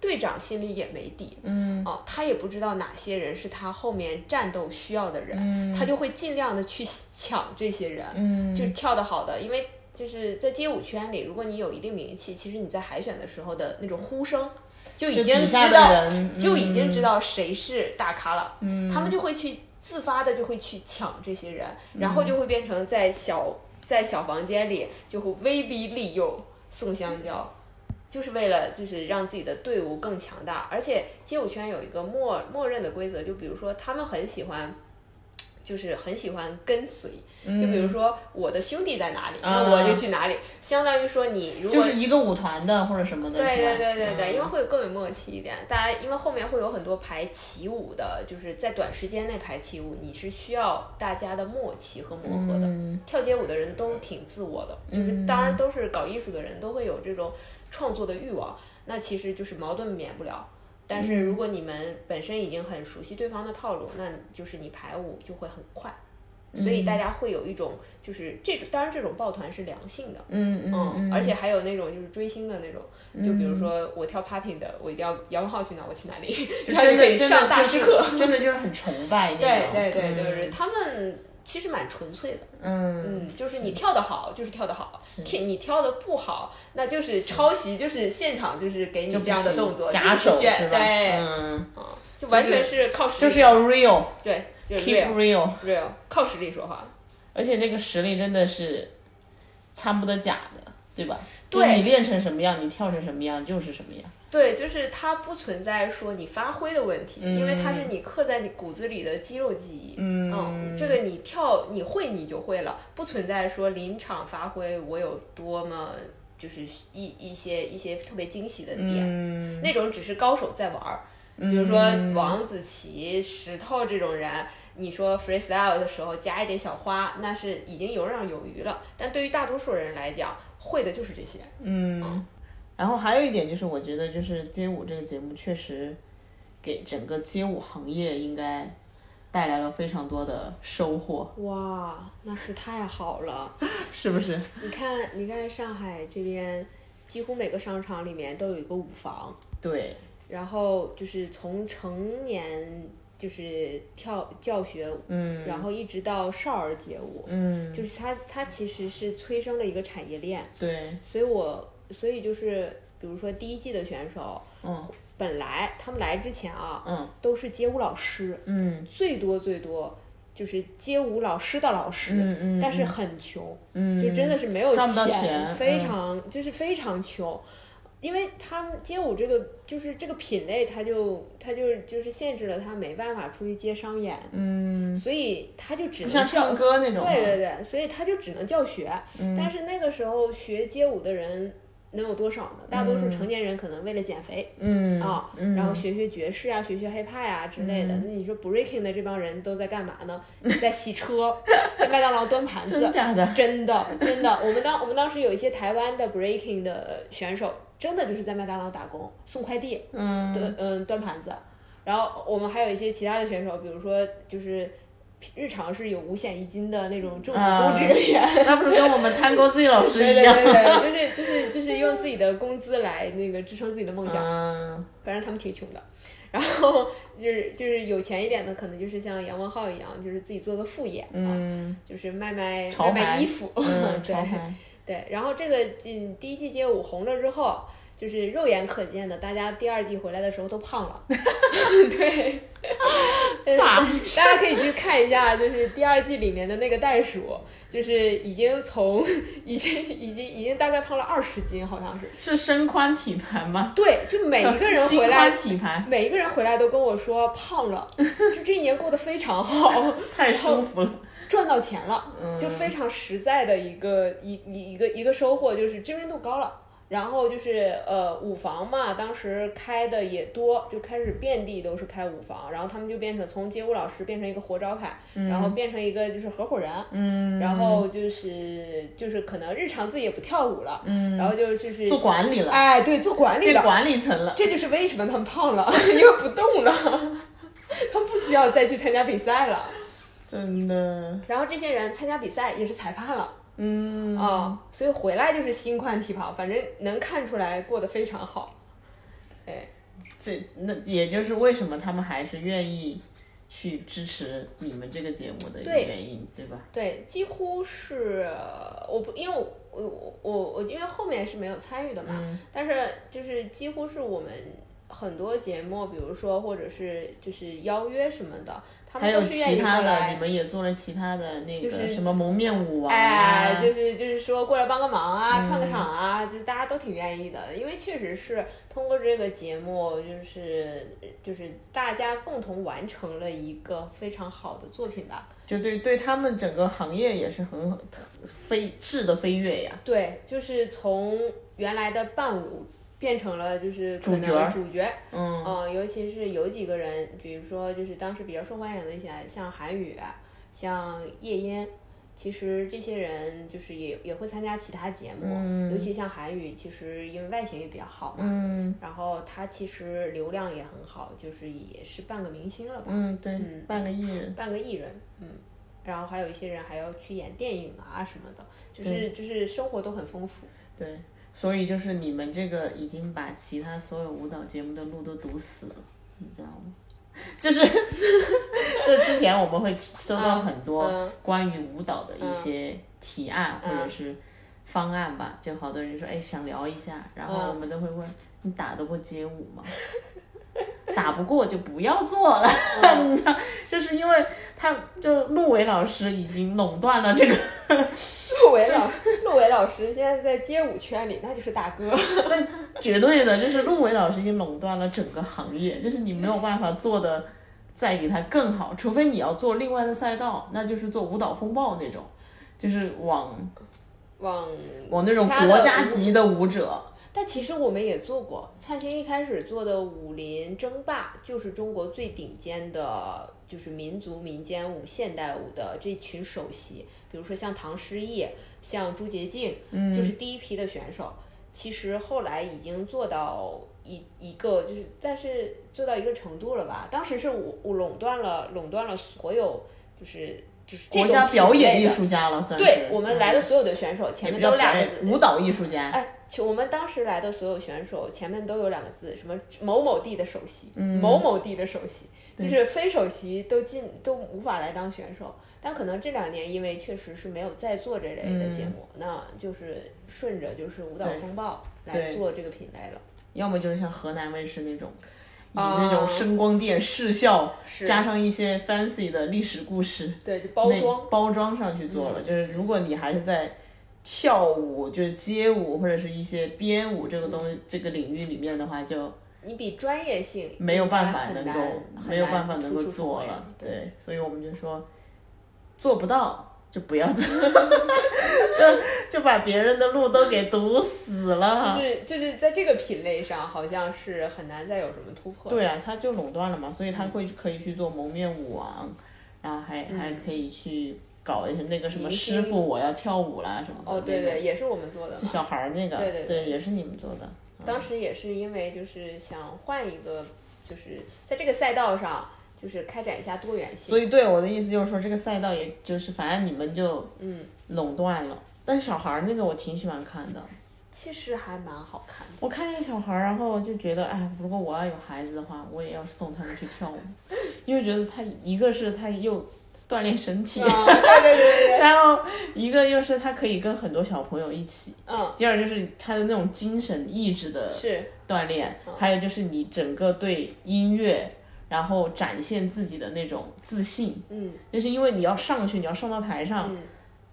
C: 队长心里也没底，嗯，哦，他也不知道哪些人是他后面战斗需要的人，
B: 嗯
C: 他就会尽量的去抢这些人，嗯，就是跳得好的，因为就是在街舞圈里，如果你有一定名气，其实你在海选的时候的那种呼声。就已
B: 就
C: 经
B: 底
C: 知
B: 下的
C: 道，
B: 人嗯
C: 就已经知道谁是大咖了，嗯，他们就会去自发的就会去抢这些人，
B: 嗯
C: 然后就会变成在小在小房间里就会威逼利诱送香蕉，就是为了就是让自己的队伍更强大。而且街舞圈有一个默默认的规则，就比如说他们很喜欢。就是很喜欢跟随，
B: 嗯
C: 就比如说我的兄弟在哪里，那我就去哪里，相当于说你如果
B: 啊就是一个舞团的或者什么的，
C: 对
B: 是吧
C: 对对对对，
B: 嗯
C: 因为会更有默契一点。大家因为后面会有很多排齐舞的，就是在短时间内排齐舞，你是需要大家的默契和磨合的。
B: 嗯
C: 跳街舞的人都挺自我的，就是当然都是搞艺术的人都会有这种创作的欲望，那其实就是矛盾免不了。但是如果你们本身已经很熟悉对方的套路，那就是你排舞就会很快。所以大家会有一种就是这种，当然这种抱团是良性的，
B: 嗯嗯
C: 嗯，而且还有那种就是追星的那种，就比如说我跳 popping 的，我一定要姚文浩去哪我去哪里，
B: 就
C: 他就
B: 真
C: 可
B: 的
C: 以
B: 真
C: 上
B: 的
C: 大
B: 就
C: 师课。
B: 是真的就是很崇拜那
C: 对
B: 种，
C: 对对，
B: 嗯
C: 就是他们其实蛮纯粹的，
B: 嗯，
C: 嗯，就是你跳得好就是跳得好，
B: 是
C: 跳你跳得不好那就是抄袭，就是现场就是给你
B: 就不
C: 这样的
B: 行
C: 动作，
B: 假
C: 就是
B: 手
C: 炫
B: 是吧？
C: 对，
B: 嗯，
C: 就完全是靠实力，
B: 就是要 real
C: 对，就是
B: keep
C: real
B: real，
C: real 靠实力说话。
B: 而且那个实力真的是参不得假的，对吧？
C: 对
B: 就你练成什么样，你跳成什么样就是什么样。
C: 对，就是它不存在说你发挥的问题，因为它是你刻在你骨子里的肌肉记忆。嗯这个你跳你会你就会了，不存在说临场发挥我有多么就是一一些一些特别惊喜的点，那种只是高手在玩儿。比如说王子奇、石头这种人，你说 freestyle 的时候加一点小花，那是已经游刃有余了。但对于大多数人来讲，会的就是这些。
B: 然后还有一点就是，我觉得就是街舞这个节目确实给整个街舞行业应该带来了非常多的收获，
C: 哇，那是太好了！
B: 是不是？
C: 你看，你看上海这边，几乎每个商场里面都有一个舞房，
B: 对，
C: 然后就是从成年就是跳教学舞，嗯，然后一直到少儿街舞，
B: 嗯，
C: 就是它它其实是催生了一个产业链，
B: 对，
C: 所以我所以就是比如说第一季的选手，
B: 嗯
C: 本来他们来之前啊，
B: 嗯，
C: 都是街舞老师，
B: 嗯
C: 最多最多。就是街舞老师的老师，
B: 嗯嗯
C: 但是很穷，
B: 嗯，
C: 就真的是没有
B: 赚不到钱
C: 非
B: 嗯
C: 常、就是非常穷，因为他们街舞这个就是这个品类，它就它就就是限制了他没办法出去接商演，嗯，所以他就只
B: 不像
C: 能教
B: 唱歌那种啊，
C: 对对对，所以他就只能教学。
B: 嗯
C: 但是那个时候学街舞的人能有多少呢？大多数成年人可能为了减肥，
B: 嗯
C: 啊、然后学学爵士啊，学学 hiphop 啊之类的。那你说 breaking 的这帮人都在干嘛呢？在洗车， 在麦当劳端盘子
B: 真，假的，
C: 真的真的，我们当我们当时有一些台湾的 breaking 的选手，真的就是在麦当劳打工送快递，
B: 嗯
C: 端嗯端盘子，然后我们还有一些其他的选手，比如说就是日常是有五险一金的那种政府公职人 员。
B: 那不是跟我们 Tango Z 老师
C: 对
B: 啊一
C: 对
B: 样？
C: 对对，就是就是就是用自己的工资来那个支撑自己的梦想，
B: 嗯，
C: 反正他们挺穷的。然后就是就是有钱一点的，可能就是像杨文浩一样，就是自己做个副业，啊，
B: 嗯，
C: 就是卖卖
B: 潮
C: 卖
B: 牌
C: 卖衣服，
B: 嗯
C: 对
B: 潮牌，
C: 对。然后这个嗯第一季街舞红了之后，就是肉眼可见的，大家第二季回来的时候都胖了， 对。
B: 咋
C: 大家可以去看一下，就是第二季里面的那个袋鼠，就是已经从已经已经已经大概胖了二十斤，好像是。
B: 是身宽体盘吗？
C: 对，就每一个人
B: 心
C: 回来
B: 宽，体盘
C: 每一个人回来都跟我说胖了，就这一年过得非常好，
B: 太舒服了，
C: 赚到钱了，
B: 嗯
C: 就非常实在的一个一一一个一个收获，就是知名度高了。然后就是呃舞房嘛，当时开的也多，就开始遍地都是开舞房，然后他们就变成从街舞老师变成一个活招牌，
B: 嗯
C: 然后变成一个就是合伙人，嗯，然后就是就是可能日常自己也不跳舞了，嗯，然后就就是
B: 做管理了
C: 哎，对，做管理
B: 变
C: 了，
B: 管理层了。
C: 这就是为什么他们胖了， 因为不动了， 他们不需要再去参加比赛了。
B: 真的，
C: 然后这些人参加比赛也是裁判了，嗯啊、所以回来就是心宽体胖，反正能看出来过得非常好。对，
B: 这那也就是为什么他们还是愿意去支持你们这个节目的一个
C: 对
B: 原因，对吧？
C: 对，几乎是我不因为我我我我因为后面是没有参与的嘛，
B: 嗯
C: 但是就是几乎是我们很多节目，比如说或者是就是邀约什么的，他
B: 还
C: 们
B: 有
C: 都是愿
B: 其
C: 意过
B: 他的，
C: 来。
B: 你们也做了其他的那
C: 就
B: 个
C: 是
B: 什么蒙面舞王啊，嗯
C: 哎，就是就是说过来帮个忙啊，串个场啊，就是大家都挺愿意的，因为确实是通过这个节目，就是就是大家共同完成了一个非常好的作品吧。
B: 就对对他们整个行业也是很飞质的飞跃呀。
C: 对，就是从原来的伴舞变成了就是可能
B: 主角
C: 主角，
B: 嗯，
C: 嗯，尤其是有几个人，比如说就是当时比较受欢迎的一些，像韩宇、像夜莺，其实这些人就是也也会参加其他节目，
B: 嗯
C: 尤其像韩宇，其实因为外形也比较好嘛，然后他其实流量也很好，就是也是半个明星了吧，
B: 嗯，对，
C: 嗯
B: 半个艺人，
C: 半个艺人，嗯。然后还有一些人还要去演电影啊什么的，就是就是生活都很 丰富。
B: 对，所以就是你们这个已经把其他所有舞蹈节目的路都堵死了，你知道吗？就是 就是之前我们会提收到很多
C: 嗯
B: 关于舞蹈的一些提案或
C: 嗯
B: 者是方案吧，就好多人说哎想聊一下，然后
C: 嗯
B: 我们都会问你打得过街舞吗？打不过就不要做了， 你知道，就是因为他就陆伟老师已经垄断了这个
C: 陆伟老 陆伟老师现在在街舞圈里那就是大 哥。
B: 绝对的，就是陆伟老师已经垄断了整个行业，就是你没有办法做的再比他更好，除非你要做另外的赛道，那就是做舞蹈风暴那种，就是往
C: 往
B: 往那种
C: 其他的
B: 国家
C: 舞
B: 级的舞者，
C: 但其实我们也做过，灿星一开始做的武林争霸就是中国最顶尖的，就是民族民间舞、现代舞的这群首席，比如说像唐诗逸、像朱洁静，嗯，就是第一批的选手。其实后来已经做到一一个就是，但是做到一个程度了吧？当时是我我垄断了垄断了所有就是就是这
B: 国
C: 种
B: 家表演
C: 品类
B: 艺
C: 的。
B: 术家了，算是。
C: 对我们来的
B: 嗯
C: 所有的选手，前
B: 也不叫
C: 面都有
B: 表
C: 两个
B: 演，舞蹈艺术家，
C: 哎，就我们当时来的所有选手前面都有两个字，什么某某地的首席，
B: 嗯
C: 某某地的首席，就是非首席都进都无法来当选手。但可能这两年因为确实是没有再做这类的节目，那就是顺着就是舞蹈
B: 嗯对
C: 风暴来
B: 对
C: 做这个品类了。
B: 要么就是像河南卫视那种。以
C: 啊
B: 那种声光电、视效，加上一些 fancy 的历史故事，
C: 对，就包
B: 那
C: 装。
B: 包装上去做了。就是如果你还是在跳舞，就是街舞或者是一些编舞这个东西这个领域里面的话，就
C: 你比专业性
B: 没有办
C: 应
B: 法
C: 该
B: 能
C: 很
B: 够
C: 难
B: 没有办法
C: 很
B: 能
C: 难
B: 够
C: 突出重
B: 做
C: 围
B: 了。
C: 对，
B: 对，所以我们就说做不到。就不 要做，就就把别人的路都给堵死了。
C: 就是就是在这个品类上，好像是很难再有什么突破。
B: 对啊，他就垄断了嘛，所以他会可以去做蒙面舞王，然后还、还可以去搞一些那个什么
C: 明
B: 师
C: 星
B: 傅我要跳舞啦什么的。
C: 哦，对
B: 那种
C: 对，也是我们做的嘛。
B: 小孩儿那个，
C: 对对对
B: 也是你们做的。
C: 当时也是因为就是想换一个，就是在这个赛道上，就是开展一下多元性。
B: 所以对我的意思就是说，这个赛道也就是反正你们就
C: 嗯，
B: 垄断了。但是小孩儿那个我挺喜欢看的，
C: 其实还蛮好看的。
B: 我看见小孩儿，然后我就觉得，哎，如果我要有孩子的话，我也要送他们去跳舞，因为觉得他一个是他又锻炼身体，
C: 啊，对对对 对，
B: 然后一个又是他可以跟很多小朋友一起，
C: 嗯，
B: 第二就是他的那种精神意志的
C: 是
B: 锻炼，
C: 嗯
B: 还有就是你整个对音乐，然后展现自己的那种自信，
C: 嗯，
B: 就是因为你要上去，你要上到台上，
C: 嗯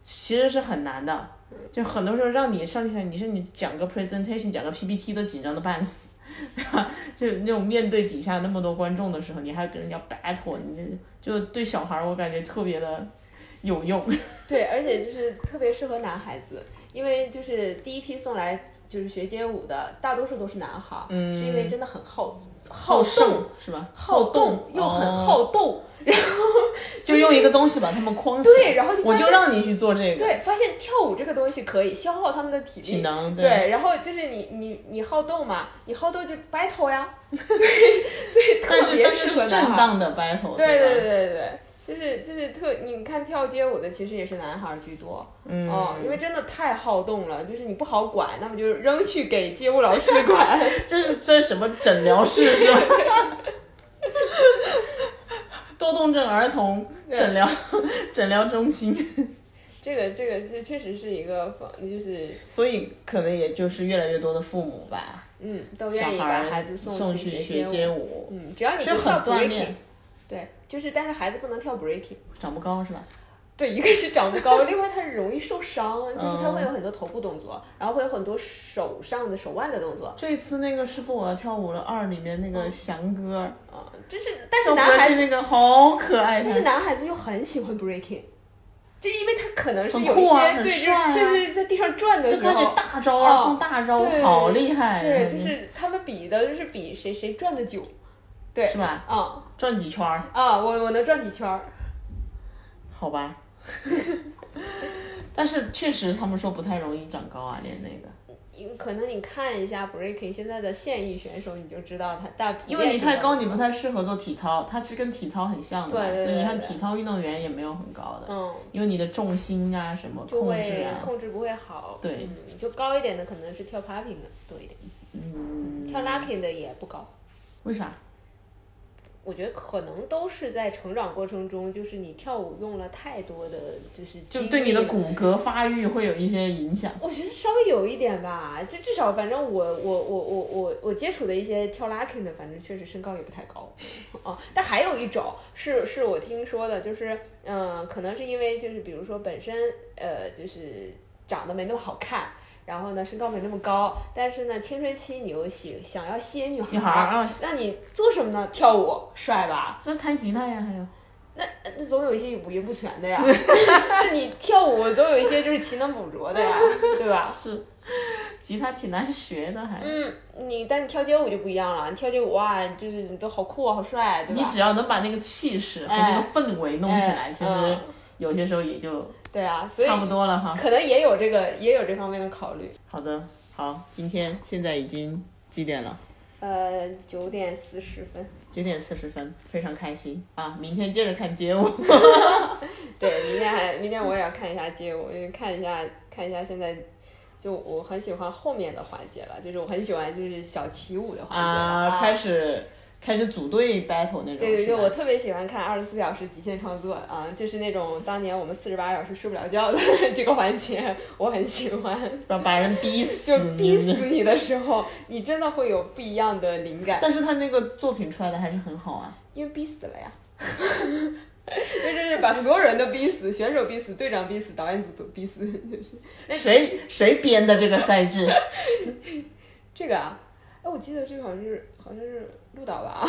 B: 其实是很难的。就很多时候让你上去，你是你讲个 presentation，讲个 PPT 都紧张的半死， 对吧？就那种面对底下那么多观众的时候，你还跟人家 battle，你这就对小孩儿我感觉特别的有用。
C: 对，而且就是特别适合男孩子，因为就是第一批送来就是学街舞的，大多数都是男孩儿，
B: 嗯
C: 是因为真的很好
B: 好
C: 好
B: 胜
C: 动、
B: 是吧？
C: 好动又很
B: 哦
C: 好动，
B: 就用一个东西把他们框起来。
C: 对然后就
B: 我
C: 发
B: 就
C: 现
B: 让你去做这个
C: 对，发现跳舞这个东西可以消耗他们的体力，
B: 体能，
C: 对，然后就是你你你好动嘛，你好动就 battle 呀，对，所以
B: 但
C: 特
B: 是
C: 别
B: 但是
C: 适
B: 是
C: 合男
B: 正
C: 孩儿。
B: 当的 battle，吧
C: 对对对对，就是就是特，你看跳街舞的其实也是男孩儿居多，
B: 嗯，
C: 哦，因为真的太好动了，就是你不好管，那么就扔去给街舞老师管。
B: 这是这是什么诊疗 室是吧？多动症儿童诊疗 诊疗中心，
C: 这个这个这确实是一个方，就是
B: 所以可能也就是越来越多的父母吧，
C: 嗯，都
B: 小
C: 愿意
B: 孩
C: 把
B: 儿
C: 孩子送
B: 送
C: 去
B: 学
C: 街
B: 街
C: 舞。
B: 舞，
C: 嗯，只要你
B: 是
C: 不
B: 很
C: 跳
B: 锻炼
C: breaking，，对，就是但是孩子不能跳 breaking。
B: 长不高是吧？
C: 对，一个是长不 高，另外他容易受伤，啊就是他
B: 嗯
C: 会有很多头部动作，然后会有很多手上的手腕的动作，
B: 这次那个《师傅我要跳舞了二》里面那个翔哥，
C: 啊、就是但是
B: 赵
C: 男
B: 哥
C: 孩
B: 是
C: 子，
B: 那个好可爱，
C: 但
B: 他
C: 是男孩子又很喜欢 breaking，就因为他可能是
B: 很
C: 有
B: 酷
C: 一些、
B: 啊很
C: 对就是
B: 帅啊
C: 对对对，在地上转的
B: 就
C: 时
B: 看着
C: 候，
B: 大招啊，
C: 哦
B: 放大招
C: 对，
B: 好厉害！啊
C: 对，
B: 感
C: 就
B: 觉
C: 是他们比的就是比谁谁转的久，对，
B: 是吧？
C: 啊
B: 转几圈儿，
C: 啊，我我能转几圈儿，
B: 好吧。 但是确实，他们说不太容易长高啊，练那个，
C: 你可能你看一下 breaking 现在的现役选手，你就知道他大，
B: 因为你太高，你不太
C: 太。
B: 适合做体操，它是跟体操很像的嘛，
C: 对对对
B: 所以你看
C: 对
B: 体操运动员也没有很高的，
C: 嗯，
B: 因为你的重心啊什么
C: 就
B: 控制
C: 会
B: 啊，
C: 控制不会好。
B: 对
C: 嗯，就高一点的可能是跳 popping 的多一点，嗯，跳 locking 的也不高。
B: 为啥？
C: 我觉得可能都是在成长过程中，就是你跳舞用了太多的，就是
B: 就
C: 精
B: 对
C: 力
B: 你的
C: 了
B: 骨骼发育会有一些影响。
C: 我觉得稍微有一点吧，就至少反正我我我我我我接触的一些跳 locking 的，反正确实身高也不太高，哦，但还有一种是是我听说的，就是嗯、呃可能是因为就是比如说本身呃就是长得没那么好看。然后呢，身高没那么高，但是呢，青春期你又喜想要吸引女
B: 女
C: 孩
B: 孩儿
C: 儿，
B: 啊，
C: 那你做什么呢？跳舞，帅吧？
B: 那弹吉他呀，还有
C: 呃那总有一些五音不全的 呀。那你跳舞总有一些就是勤能补拙的呀，对吧？
B: 是吉他挺难学的，还
C: 嗯，你但你跳街舞就不一样了，你跳街舞哇，就是你都好酷啊，好帅，对吧？
B: 你只要能把那个气势和那
C: 哎
B: 个氛围弄起来，
C: 哎
B: 其实
C: 嗯
B: 有些时候也就
C: 对啊，所以
B: 差不多了哈。
C: 可能也有这个也有这方面的考虑。
B: 好的，好，今天现在已经几点了？
C: 呃，九点四十分，
B: 九点四十分，非常开心啊！明天接着看街 舞。
C: 对，明天还明天我也要看一下街舞，因为看一下看一下现在。就我很喜欢后面的环节了，就是我很喜欢就是小起舞的环节了
B: 啊，开始开始组队 battle 那种。
C: 对对
B: 是
C: 对，
B: 吧
C: 我特别喜欢看二十四小时极限创作啊，就是那种当年我们四十八小时睡不了觉的 这个环节，我很喜欢。
B: 把把人逼死，
C: 就逼死你的时候，你真的会有不一样的灵感，
B: 但是他那个作品出来的还是很好啊。
C: 因为逼死 了呀。那真是把所有人都逼死，选手逼死，队长逼死，导演组都逼死，就是
B: 谁谁编的这个赛 制？
C: 这个啊。哎，我记得这个好像是好像是鹿岛吧，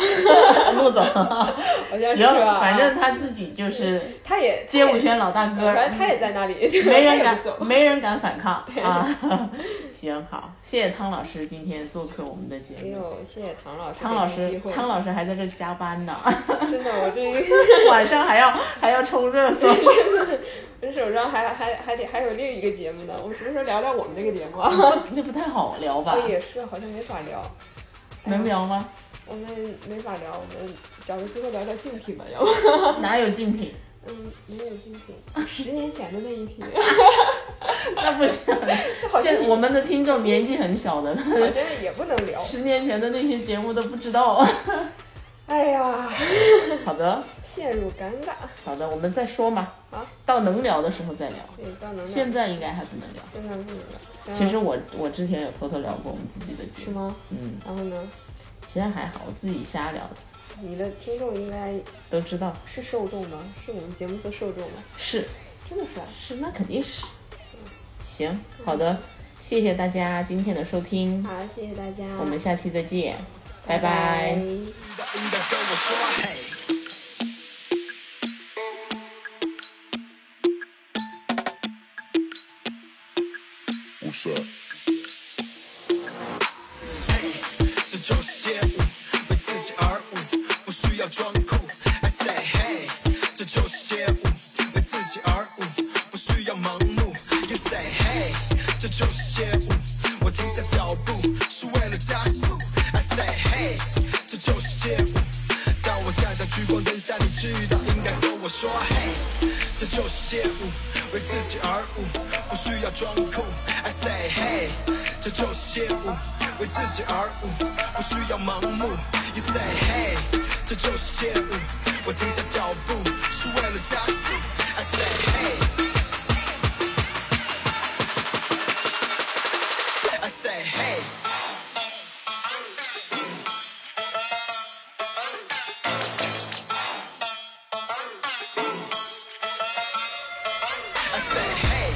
B: 陆总，
C: 好像是
B: 行，
C: 吧。
B: 反正他自己就是
C: 他也
B: 街舞，圈老大
C: 他
B: 哥
C: 也，呃反正他也在那里，
B: 没人
C: 他也不走
B: 敢，没人敢反抗啊！ 行好，谢谢汤老师今天做客我们的节
C: 哎
B: 目。
C: 呦，谢谢唐老师，
B: 汤老师
C: 机，会，
B: 汤老师还在这加班呢，
C: 真的，我这
B: 晚上还要还要冲热搜。
C: 人手上还还还得还有另一个节目呢，我们什么时候聊聊我们这个节目 啊？
B: 那不太好聊吧？
C: 哦，也是，好像没法聊。
B: 能聊吗？
C: 我们没法聊，我们找个机会聊聊竞品吧，要 不？
B: 哪有竞品？
C: 嗯，没有竞品，十年前的那一批，
B: 那不行，
C: 好像
B: 现们我们的听众年纪很小的，
D: 我觉得也不能聊。
B: 十年前的那些节目都不知道。
D: 哎呀，
B: 好的，
D: 陷入尴尬。
B: 好的，我们再说嘛。
D: 好，
B: 到能聊的时候再聊。
D: 对，哎到能
B: 现在应该还不能聊。
D: 现在不能聊。
C: 嗯
B: 其实我我之前有偷偷聊过我们自己的节
D: 是
B: 目，
D: 吗？
B: 嗯，
D: 然后呢？
B: 其实还好，我自己瞎聊的，
D: 你的听众应该
B: 都知道
D: 是受众吗？是我们节目的受众吗？
B: 是
D: 真的是啊，
B: 是，那肯定是。行，好的，谢谢大家今天的收听，
D: 好，谢谢大家，
B: 我们下期再见，拜
D: 拜
B: 拜
D: 拜
A: 的应该跟我说嘿。
E: What's up?
A: 这就是街舞，为自己而舞，不需要装酷。I say hey，这就是街舞，为自己而舞，不需要盲目。You say hey，这就是街舞，我停下脚步是为了加速。I say hey，这就是街舞。当我站在聚光灯下，你知道应该跟我说嘿，这就是街舞，为自己而舞，不需要装酷。I say hey，这就是街舞，为自己而舞，不需要盲目。You say hey，这就是街舞，我停下脚步是为了加速。I say hey，I say hey。I say hey.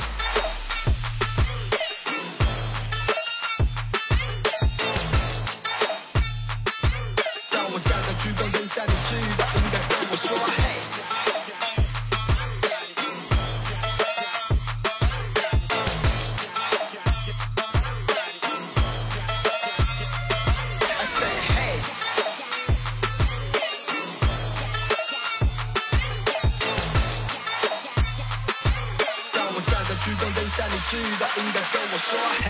A: I 当我站在聚光灯下，你知道应该跟我说嘿。I say hey. I 当我站在聚光灯下，你知道应该跟我说嘿。